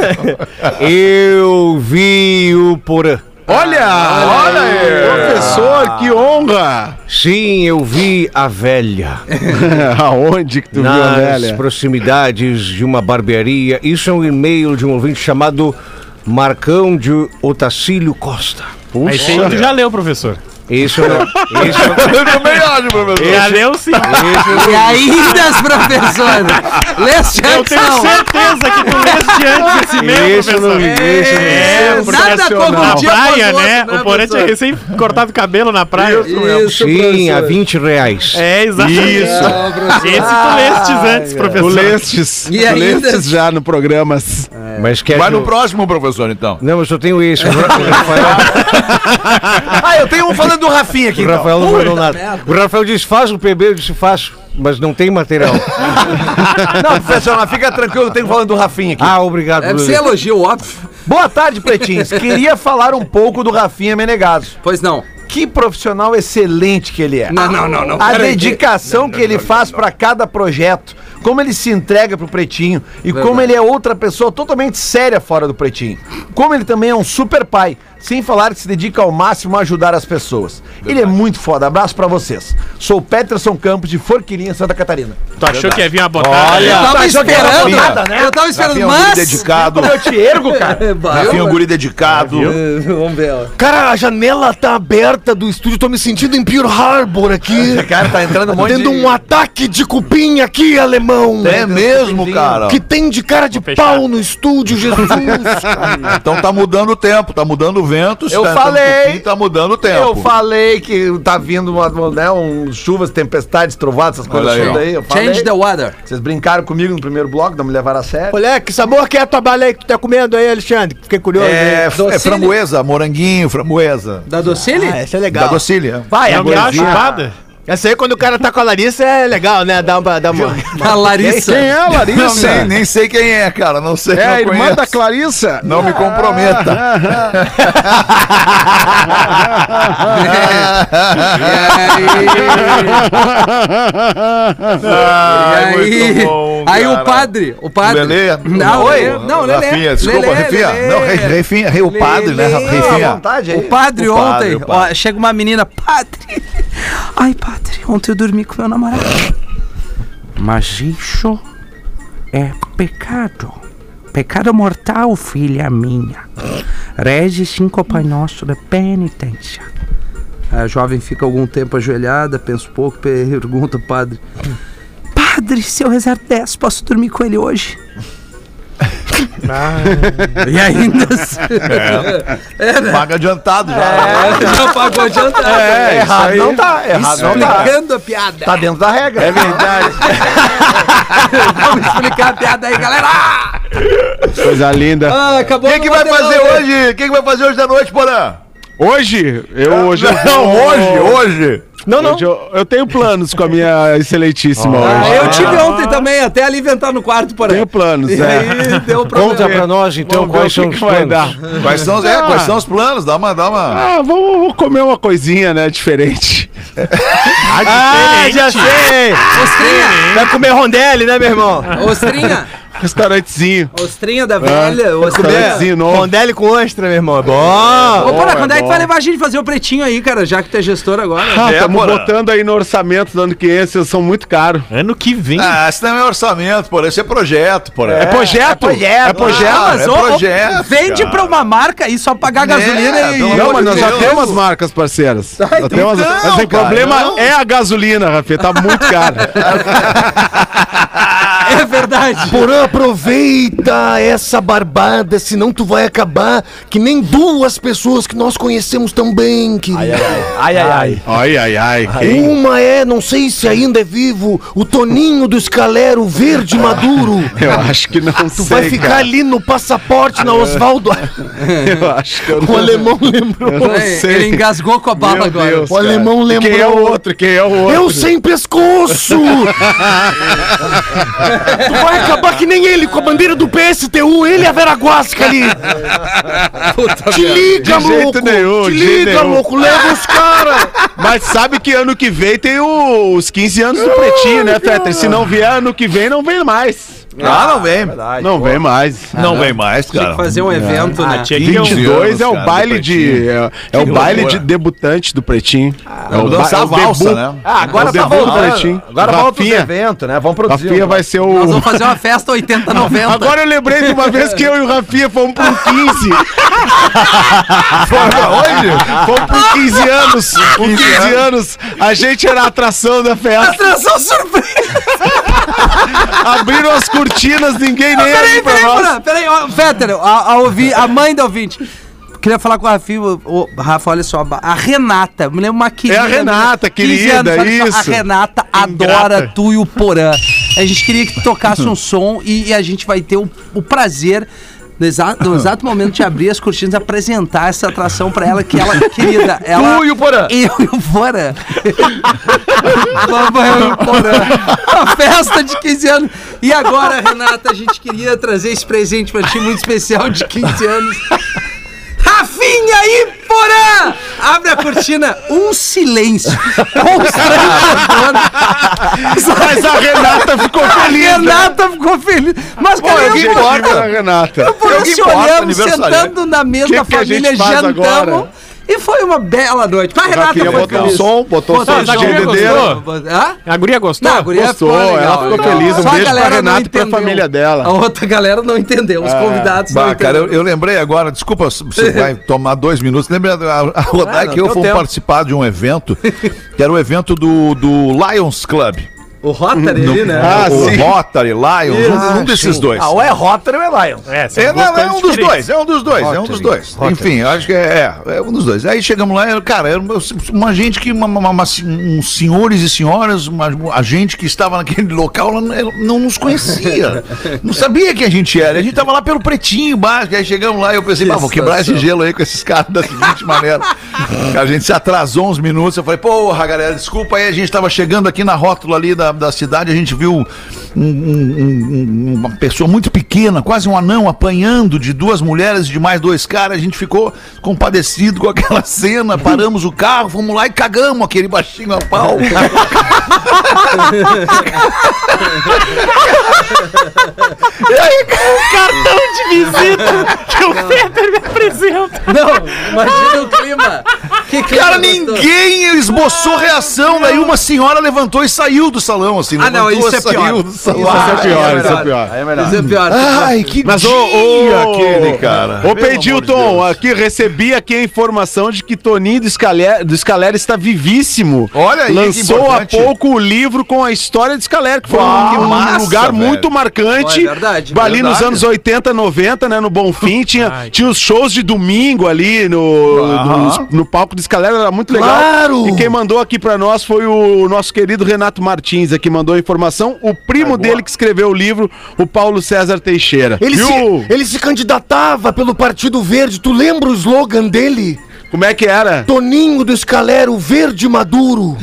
Speaker 2: É,
Speaker 11: Eu vi o Porã.
Speaker 6: Olha,
Speaker 5: Ah,
Speaker 6: olha aí. Professor, que honra.
Speaker 11: Sim, eu vi a velha.
Speaker 6: Aonde que tu viu a
Speaker 11: nas
Speaker 6: velha?
Speaker 11: proximidades de uma barbearia. Isso é um e-mail de um ouvinte chamado Marcão de Otacílio Costa.
Speaker 8: Mas esse aí tu já leu, professor.
Speaker 11: Isso é um- não. Isso,
Speaker 4: Eu também acho, professor.
Speaker 8: Já leu sim.
Speaker 2: E ainda, professor? Leste
Speaker 8: Eu
Speaker 2: antes,
Speaker 8: tenho
Speaker 2: não.
Speaker 8: certeza que tu leste antes esse e-mail,
Speaker 11: isso não.
Speaker 8: professor.
Speaker 11: Isso não.
Speaker 8: É,
Speaker 2: Nada
Speaker 8: profissional.
Speaker 2: como um
Speaker 8: Na
Speaker 2: dia
Speaker 8: praia,
Speaker 2: após o
Speaker 8: né?
Speaker 2: outro, né,
Speaker 8: O Porã tinha
Speaker 2: professor?
Speaker 8: recém cortado o cabelo na praia.
Speaker 2: Isso,
Speaker 11: Sim, a
Speaker 2: professor.
Speaker 11: 20 reais.
Speaker 8: É, exatamente. Isso. Esse tu lestes antes, professor.
Speaker 6: É. Tu lestes,
Speaker 2: E
Speaker 6: tu
Speaker 2: ainda- É.
Speaker 6: lestes já no programa. s-
Speaker 11: Mas quer
Speaker 4: Vai
Speaker 11: que
Speaker 4: no
Speaker 11: eu-
Speaker 4: próximo, professor, então.
Speaker 11: Não, mas eu tenho esse. O Ra- o Rafael,
Speaker 7: Ah, eu tenho um falando do Rafinha aqui.
Speaker 11: o Rafael não mandou nada. O Rafael disse: faz o PB, eu disse: faço, mas não tem material.
Speaker 7: Não, professor, mas fica tranquilo, eu tenho um falando do Rafinha aqui.
Speaker 11: Ah, obrigado,
Speaker 2: Deve
Speaker 11: Lelê.
Speaker 2: ser elogio, óbvio.
Speaker 7: Boa tarde, Pretins. Queria falar um pouco do Rafinha Menegaso.
Speaker 2: Pois não.
Speaker 7: que profissional excelente que ele é.
Speaker 2: Não, não, não, não.
Speaker 7: A
Speaker 2: Peraí,
Speaker 7: dedicação que ele faz pra cada projeto, como ele se entrega pro Pretinho e como ele é outra pessoa totalmente séria fora do Pretinho. Como ele também é um super pai, sem falar que se dedica ao máximo a ajudar as pessoas. Ele é muito foda. Abraço pra vocês. Sou Peterson Campos de Forquilinha, Santa Catarina.
Speaker 8: Tu achou que ia vir uma botada?
Speaker 2: Eu
Speaker 4: Olha.
Speaker 2: tava
Speaker 7: achou que era
Speaker 2: esperando,
Speaker 7: nada, né?
Speaker 2: eu tava
Speaker 4: Rafinha
Speaker 2: esperando,
Speaker 4: é um guri
Speaker 2: mas...
Speaker 4: dedicado.
Speaker 7: Eu te ergo, cara.
Speaker 4: Rafinha é um guri dedicado.
Speaker 2: Vamos ver, ó.
Speaker 10: Cara, a janela tá aberta do estúdio, tô me sentindo em Pearl Harbor aqui.
Speaker 7: Cara, tá entrando um monte
Speaker 10: Tendo um ataque de cupim aqui, alemão.
Speaker 4: É
Speaker 5: um
Speaker 4: mesmo, cara.
Speaker 10: Que tem de cara de
Speaker 8: fechar.
Speaker 10: pau no estúdio, Jesus.
Speaker 4: Então tá mudando o tempo, tá mudando o vento. se
Speaker 7: Eu
Speaker 4: tá entrando
Speaker 7: falei.
Speaker 4: cupim, Tá mudando o tempo.
Speaker 7: Eu falei que tá vindo uma, uma- né, um, chuvas, tempestades, trovadas, essas coisas
Speaker 4: aí,
Speaker 7: tudo
Speaker 4: ó.
Speaker 7: aí. Eu falei.
Speaker 2: Change the weather.
Speaker 7: Vocês brincaram comigo no primeiro bloco, não me levaram a sério.
Speaker 5: Olha, que sabor que é a tua bala aí que tu tá comendo aí, Alexandre? Fiquei curioso.
Speaker 4: É,
Speaker 5: aí.
Speaker 4: f-
Speaker 2: Docile.
Speaker 4: é framboesa, moranguinho, framboesa.
Speaker 2: Da docile?
Speaker 5: Ah, essa é
Speaker 4: Da
Speaker 5: legal.
Speaker 4: docília.
Speaker 5: Vai,
Speaker 8: Não me dá uma
Speaker 5: amorzinho.
Speaker 8: chupada?
Speaker 5: Essa aí, quando o cara tá com a Larissa, é legal, né? Dá uma... Dá uma...
Speaker 2: A Larissa.
Speaker 6: Quem é a Larissa?
Speaker 4: Não sei, nem sei quem é, cara. Não sei.
Speaker 6: É
Speaker 4: não
Speaker 6: a irmã
Speaker 4: conheço.
Speaker 6: da Clarissa?
Speaker 4: Não me comprometa.
Speaker 2: Aí, aí, aí o padre, o padre.
Speaker 4: Ah, Lelê?
Speaker 2: Não, Lelê, não, Lelê.
Speaker 4: Rafinha, desculpa,
Speaker 2: Lelê,
Speaker 4: Rafinha.
Speaker 2: Lelê.
Speaker 4: Não, Re- Refinha, Re- o padre, né,
Speaker 2: Lelê.
Speaker 4: Refinha?
Speaker 2: À
Speaker 7: vontade aí.
Speaker 2: é. O padre
Speaker 4: O padre,
Speaker 2: ontem,
Speaker 4: o padre.
Speaker 2: ó, chega uma menina, padre. Ai, padre, ontem eu dormi com meu namorado. Mas isso é pecado. Pecado mortal, filha minha. Reze cinco Pai Nosso de penitência. A jovem fica algum tempo ajoelhada, pensa um pouco, pergunta ao padre: Padre, se eu rezar 10, posso dormir com ele hoje? e ainda. assim. se-
Speaker 4: Paga adiantado já.
Speaker 2: Não pagou adiantado.
Speaker 4: É,
Speaker 2: né?
Speaker 4: errado
Speaker 7: não tá, errado não tá.
Speaker 2: Explicando a piada.
Speaker 7: Tá dentro da regra. É verdade.
Speaker 2: Vamos explicar a piada aí, galera.
Speaker 6: é. Coisa linda.
Speaker 2: Ah, acabou
Speaker 4: Quem é que vai fazer hoje? Quem é que vai fazer hoje da noite, Porã?
Speaker 6: Hoje, eu Ah, hoje. eu
Speaker 4: Não,
Speaker 6: vou-
Speaker 4: hoje, hoje.
Speaker 6: Não, Ah, não. Eu, eu tenho planos com a minha excelentíssima hoje.
Speaker 2: Ah, eu tive ontem também, até ali inventar no quarto, por aí.
Speaker 6: Tenho planos,
Speaker 2: E
Speaker 6: é.
Speaker 2: aí deu
Speaker 11: Conta
Speaker 2: problema.
Speaker 11: pra nós, então,
Speaker 6: Vamos ver
Speaker 11: quais
Speaker 6: o
Speaker 11: são
Speaker 6: que
Speaker 11: os
Speaker 6: que vai
Speaker 11: planos.
Speaker 6: dar.
Speaker 4: Quais são, os- é, quais são os planos? Dá uma, dá uma.
Speaker 6: Ah, vamos, vou comer uma coisinha, né? Diferente.
Speaker 5: Ah, já sei!
Speaker 2: Ostrinha,
Speaker 5: Vai comer rondelli, né, meu irmão?
Speaker 2: ostrinha,
Speaker 6: Restaurantezinho.
Speaker 2: ostrinha da velha,
Speaker 7: assim,
Speaker 2: ostrinha.
Speaker 6: Restaurantezinho novo.
Speaker 5: Rondelli com ostra, meu irmão. É bom!
Speaker 2: Ô, Porã,
Speaker 6: é
Speaker 2: quando é que tu vai
Speaker 6: bom.
Speaker 2: levar a gente fazer o pretinho aí, cara, já que tu é gestor agora?
Speaker 6: Ah,
Speaker 4: É,
Speaker 6: Estamos
Speaker 4: Porã.
Speaker 6: botando aí no orçamento do ano que vem, vocês são muito caros.
Speaker 8: Ano que vem.
Speaker 4: Ah, esse não é orçamento, Porã. Esse é projeto, Porã.
Speaker 6: É, projeto? É projeto.
Speaker 2: Ah,
Speaker 4: é
Speaker 2: ô, ô,
Speaker 4: projeto,
Speaker 2: vende
Speaker 4: cara.
Speaker 2: pra uma marca aí só pagar gasolina e...
Speaker 4: pelo
Speaker 6: Não,
Speaker 4: amor
Speaker 6: mas
Speaker 4: de
Speaker 6: nós já
Speaker 4: Deus.
Speaker 6: temos as marcas parceiras. Já temos as-
Speaker 4: então,
Speaker 6: mas
Speaker 4: cara,
Speaker 6: o problema
Speaker 4: não.
Speaker 6: é a gasolina, Rafinha. Tá muito cara.
Speaker 2: É verdade.
Speaker 10: Porã, aproveita essa barbada, senão tu vai acabar que nem duas pessoas que nós conhecemos também, querido.
Speaker 7: Ai, ai, ai. Um.
Speaker 6: ai, ai, ai. Quem?
Speaker 10: Uma é, não sei se ainda é vivo, o Toninho do Escalero Verde Maduro.
Speaker 6: Eu acho que não
Speaker 10: Tu
Speaker 6: sei.
Speaker 10: vai ficar
Speaker 6: cara.
Speaker 10: ali no passaporte na Osvaldo.
Speaker 6: Eu acho que eu não
Speaker 10: O alemão lembrou.
Speaker 6: Eu não
Speaker 2: Ele-
Speaker 6: sei.
Speaker 2: Ele engasgou com a bala
Speaker 6: Meu
Speaker 2: agora.
Speaker 6: Deus,
Speaker 10: O
Speaker 6: cara.
Speaker 10: alemão
Speaker 6: E Quem é o
Speaker 10: lembrou.
Speaker 6: outro? Quem é o outro?
Speaker 10: Eu sem pescoço! tu vai acabar que nem ele, com a bandeira do PSTU, ele é a Vera Guasca ali! Te liga,
Speaker 6: De
Speaker 10: louco!
Speaker 6: jeito nenhum,
Speaker 10: Te
Speaker 6: de jeito
Speaker 10: liga,
Speaker 6: nenhum.
Speaker 10: louco! Leva os caras!
Speaker 6: Mas sabe que ano que vem tem o- os 15 anos do Pretinho, né, Peter? Se não vier ano que vem, não vem mais.
Speaker 4: Ah, não vem.
Speaker 6: Não vem mais.
Speaker 4: Ah, Não vem mais,
Speaker 2: Tem que
Speaker 4: cara.
Speaker 2: fazer um evento, né?
Speaker 8: Tinha que
Speaker 6: 22
Speaker 4: anos,
Speaker 6: é o
Speaker 4: cara,
Speaker 6: baile
Speaker 4: do
Speaker 6: de. É, é o
Speaker 4: Que
Speaker 6: baile
Speaker 4: loucura.
Speaker 6: de debutante do Pretinho. É
Speaker 4: Vamos
Speaker 6: ba-
Speaker 4: dançar
Speaker 6: é
Speaker 4: a valsa,
Speaker 6: debut.
Speaker 4: né?
Speaker 7: Ah,
Speaker 6: É
Speaker 7: agora
Speaker 6: o
Speaker 7: tá
Speaker 6: debut do
Speaker 7: voltando.
Speaker 6: Pretinho.
Speaker 7: Agora volta os
Speaker 6: Rafinha.
Speaker 7: eventos, né? Vamos produzir.
Speaker 6: Rafinha vai ser
Speaker 2: Nós
Speaker 6: o.
Speaker 2: vamos fazer uma festa 80, 90.
Speaker 6: Agora eu lembrei de uma vez que eu e o Rafinha fomos pro 15.
Speaker 4: Hoje?
Speaker 6: Fomos pro 15 anos.
Speaker 4: Ah,
Speaker 6: O
Speaker 4: é.
Speaker 6: 15 anos, a gente era a atração da festa.
Speaker 2: Atração surpresa!
Speaker 6: Abriram as cortinas, ninguém nem
Speaker 2: Peraí,
Speaker 6: olhou pra
Speaker 2: peraí,
Speaker 6: nós.
Speaker 2: Fran, peraí, ó, Véter, a, a, ouvi- a mãe da ouvinte. Queria falar com a Rafa, ô, ô, Rafa, olha só, a Renata, me lembro uma querida.
Speaker 6: É a Renata,
Speaker 2: minha, 15
Speaker 6: querida,
Speaker 2: olha só,
Speaker 6: isso.
Speaker 2: A Renata adora tu e o Porã. A gente queria que tu tocasse um som e, e a gente vai ter o, o prazer, no exato, no exato momento de abrir as cortinas, apresentar essa atração pra ela, que ela, querida, ela...
Speaker 7: Tu e o Porã.
Speaker 2: Eu e o Porã. Vamos eu e o Porã. A festa de 15 anos. E agora, Renata, a gente queria trazer esse presente pra ti muito especial de 15 anos. Rafinha e Porã! Abre a cortina, um silêncio. Constrangedor.
Speaker 6: Mas a Renata ficou feliz. né?
Speaker 2: Renata ficou feliz. Mas,
Speaker 6: Pô,
Speaker 2: cara,
Speaker 6: eu
Speaker 2: eu,
Speaker 6: que
Speaker 2: eu,
Speaker 6: importa da Renata.
Speaker 2: eu, por
Speaker 6: Eu que
Speaker 2: isso
Speaker 6: importa,
Speaker 2: olhamos,
Speaker 6: aniversário.
Speaker 2: sentando na mesa
Speaker 6: Que
Speaker 2: da
Speaker 6: que a gente
Speaker 2: família,
Speaker 6: faz
Speaker 2: jantamos.
Speaker 6: agora?
Speaker 2: E foi uma bela noite. Mas a
Speaker 6: Ela
Speaker 2: Renata
Speaker 6: queria
Speaker 2: foi
Speaker 6: botar um
Speaker 2: feliz.
Speaker 6: som, botou um
Speaker 8: Botou,
Speaker 6: som de
Speaker 8: mas a guria
Speaker 6: GDD.
Speaker 2: Botou- Hã?
Speaker 8: A guria gostou?
Speaker 2: Não, a guria
Speaker 6: Gostou,
Speaker 2: ficou legal.
Speaker 6: ela ficou feliz. Um
Speaker 2: Só a
Speaker 6: beijo pra
Speaker 2: galera não
Speaker 6: Renata e pra
Speaker 2: entendeu.
Speaker 6: família dela.
Speaker 2: A outra galera não entendeu, os convidados não
Speaker 4: Bah,
Speaker 2: entenderam.
Speaker 4: cara, eu, eu lembrei agora, desculpa, se você vai tomar dois minutos. Lembra a, a Rodai
Speaker 2: Ah, não,
Speaker 4: que eu
Speaker 2: deu
Speaker 4: fui
Speaker 2: tempo.
Speaker 4: participar de um evento, que era o evento do, do Lions Club.
Speaker 2: O Rotary ali, né?
Speaker 4: o Rotary, Lions, um, um desses dois.
Speaker 7: Ah, ou é Rotary ou é Lions.
Speaker 8: É, são
Speaker 4: É, não,
Speaker 8: duas
Speaker 4: é
Speaker 8: coisas
Speaker 4: um dos
Speaker 8: diferentes.
Speaker 4: dois, é um dos dois, é um dos dois. Enfim, eu acho que é, é, é um dos dois. Aí chegamos lá, era, cara, era uma, uma gente que, uma, uma- uma- uns senhores e senhoras, uma- a gente que estava naquele local, ela não- ela não nos conhecia. não sabia quem a gente era. A gente estava lá pelo pretinho básico, aí chegamos lá e eu pensei, "Bah, vou quebrar esse gelo aí com esses caras da seguinte maneira. a gente se atrasou uns minutos, eu falei, porra, galera, desculpa aí, a gente estava chegando aqui na rótula ali da, da cidade, a gente viu um- um- um- uma pessoa muito pequena, quase um anão, apanhando de duas mulheres e de mais dois caras. A gente ficou compadecido com aquela cena. Paramos o carro, fomos lá e cagamos aquele baixinho a pau.
Speaker 2: Não, imagina o clima. Que clima
Speaker 4: Cara,
Speaker 2: gostoso.
Speaker 4: ninguém esboçou reação. Daí uma senhora levantou e saiu do salão, assim.
Speaker 2: Ah, não,
Speaker 4: levantou,
Speaker 2: isso é pior.
Speaker 4: saiu do
Speaker 2: Isso
Speaker 4: salão. Ah,
Speaker 2: é
Speaker 6: pior,
Speaker 2: pior,
Speaker 6: isso é pior.
Speaker 2: Isso é pior.
Speaker 4: Ai, que
Speaker 6: Mas ô,
Speaker 4: dia
Speaker 6: ô,
Speaker 4: aquele, cara.
Speaker 6: Ô,
Speaker 4: Pelo amor de
Speaker 6: Pedilton,
Speaker 4: Deus.
Speaker 6: aqui recebi aqui a informação de que Toninho do Scaleri, do Scaleri está vivíssimo.
Speaker 4: Olha aí, que
Speaker 6: Lançou há
Speaker 4: importante.
Speaker 6: pouco o livro com a história de Scaleri, que foi um-
Speaker 4: que
Speaker 6: um
Speaker 4: massa,
Speaker 6: lugar
Speaker 4: velho.
Speaker 6: muito marcante.
Speaker 2: Ó, é verdade,
Speaker 6: ali nos
Speaker 4: verdade.
Speaker 6: anos 80, 90, né, no Bonfim, tinha, tinha os shows de domingo ali no,
Speaker 4: Aham.
Speaker 6: no, no palco do Scaleri, era muito legal.
Speaker 10: Claro!
Speaker 6: E quem mandou aqui pra nós foi o nosso querido Renato Martins, aqui mandou a informação, o primo dele que escreveu o livro, o Paulo César Teixeira.
Speaker 10: Ele
Speaker 6: Viu?
Speaker 10: se, ele se candidatava pelo Partido Verde. Tu lembra o slogan dele?
Speaker 6: Como é que era?
Speaker 10: Toninho do Escalero Verde Maduro.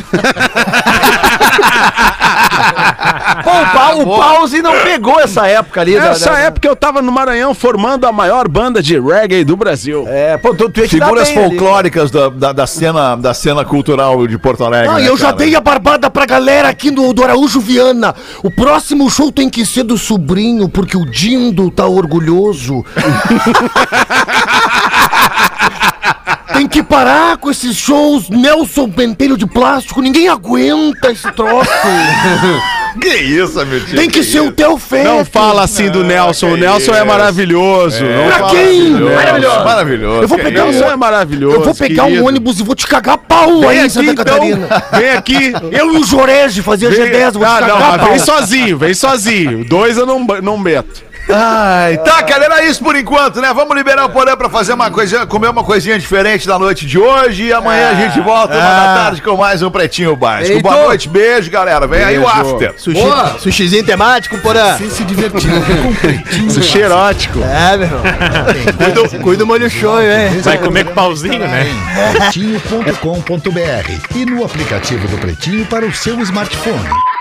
Speaker 7: Pô, o, pau, o Pause não pegou essa época ali. da-
Speaker 6: Essa
Speaker 7: da-
Speaker 6: época eu tava no Maranhão formando a maior banda de reggae do Brasil.
Speaker 7: É, pô, tu, tu ia te dar
Speaker 4: Figuras
Speaker 7: bem ali.
Speaker 4: folclóricas da, da, da cena, da cena cultural de Porto Alegre.
Speaker 10: Ah,
Speaker 4: né,
Speaker 10: eu já
Speaker 4: cara?
Speaker 10: dei a barbada pra galera aqui do, do Araújo Viana. O próximo show tem que ser do sobrinho, porque o Dindo tá orgulhoso. tem que parar com esses shows Nelson Pentelho de plástico. Ninguém aguenta esse troço.
Speaker 4: Que isso, meu tio?
Speaker 10: tem que ser o Theo Fé.
Speaker 6: Não fala assim do Nelson, o Nelson é maravilhoso. Não
Speaker 10: Pra
Speaker 6: fala- assim
Speaker 10: quem?
Speaker 4: É Maravilhoso. Maravilhoso.
Speaker 10: Eu vou
Speaker 4: Que
Speaker 10: pegar
Speaker 4: isso.
Speaker 10: um
Speaker 6: Nelson é maravilhoso.
Speaker 10: Eu vou pegar um
Speaker 6: querido.
Speaker 10: ônibus e vou te cagar pau aí em
Speaker 6: Vem aqui,
Speaker 10: Santa Catarina.
Speaker 6: então. Vem aqui.
Speaker 10: Eu e o Jorege fazia G10, vou te
Speaker 6: Ah, não,
Speaker 10: cagar
Speaker 6: mas
Speaker 10: pau.
Speaker 6: vem sozinho, vem sozinho. Dois eu não, não meto.
Speaker 4: Ai, tá, galera, é isso por enquanto, né? Vamos liberar o Porã pra fazer uma coisinha, comer uma coisinha diferente na noite de hoje. E amanhã a gente volta, uma da tarde, com mais um Pretinho Básico.
Speaker 2: Feito.
Speaker 4: Boa noite, beijo, galera. Vem aí o after.
Speaker 14: Sushi,
Speaker 2: Boa.
Speaker 14: sushizinho temático, porra.
Speaker 10: se divertir. né?
Speaker 6: Sushi erótico.
Speaker 14: É, meu irmão. Cuida- Cuida o molho show, hein?
Speaker 8: Vai comer com pauzinho, né?
Speaker 14: Pretinho.com.br e no aplicativo do Pretinho para o seu smartphone.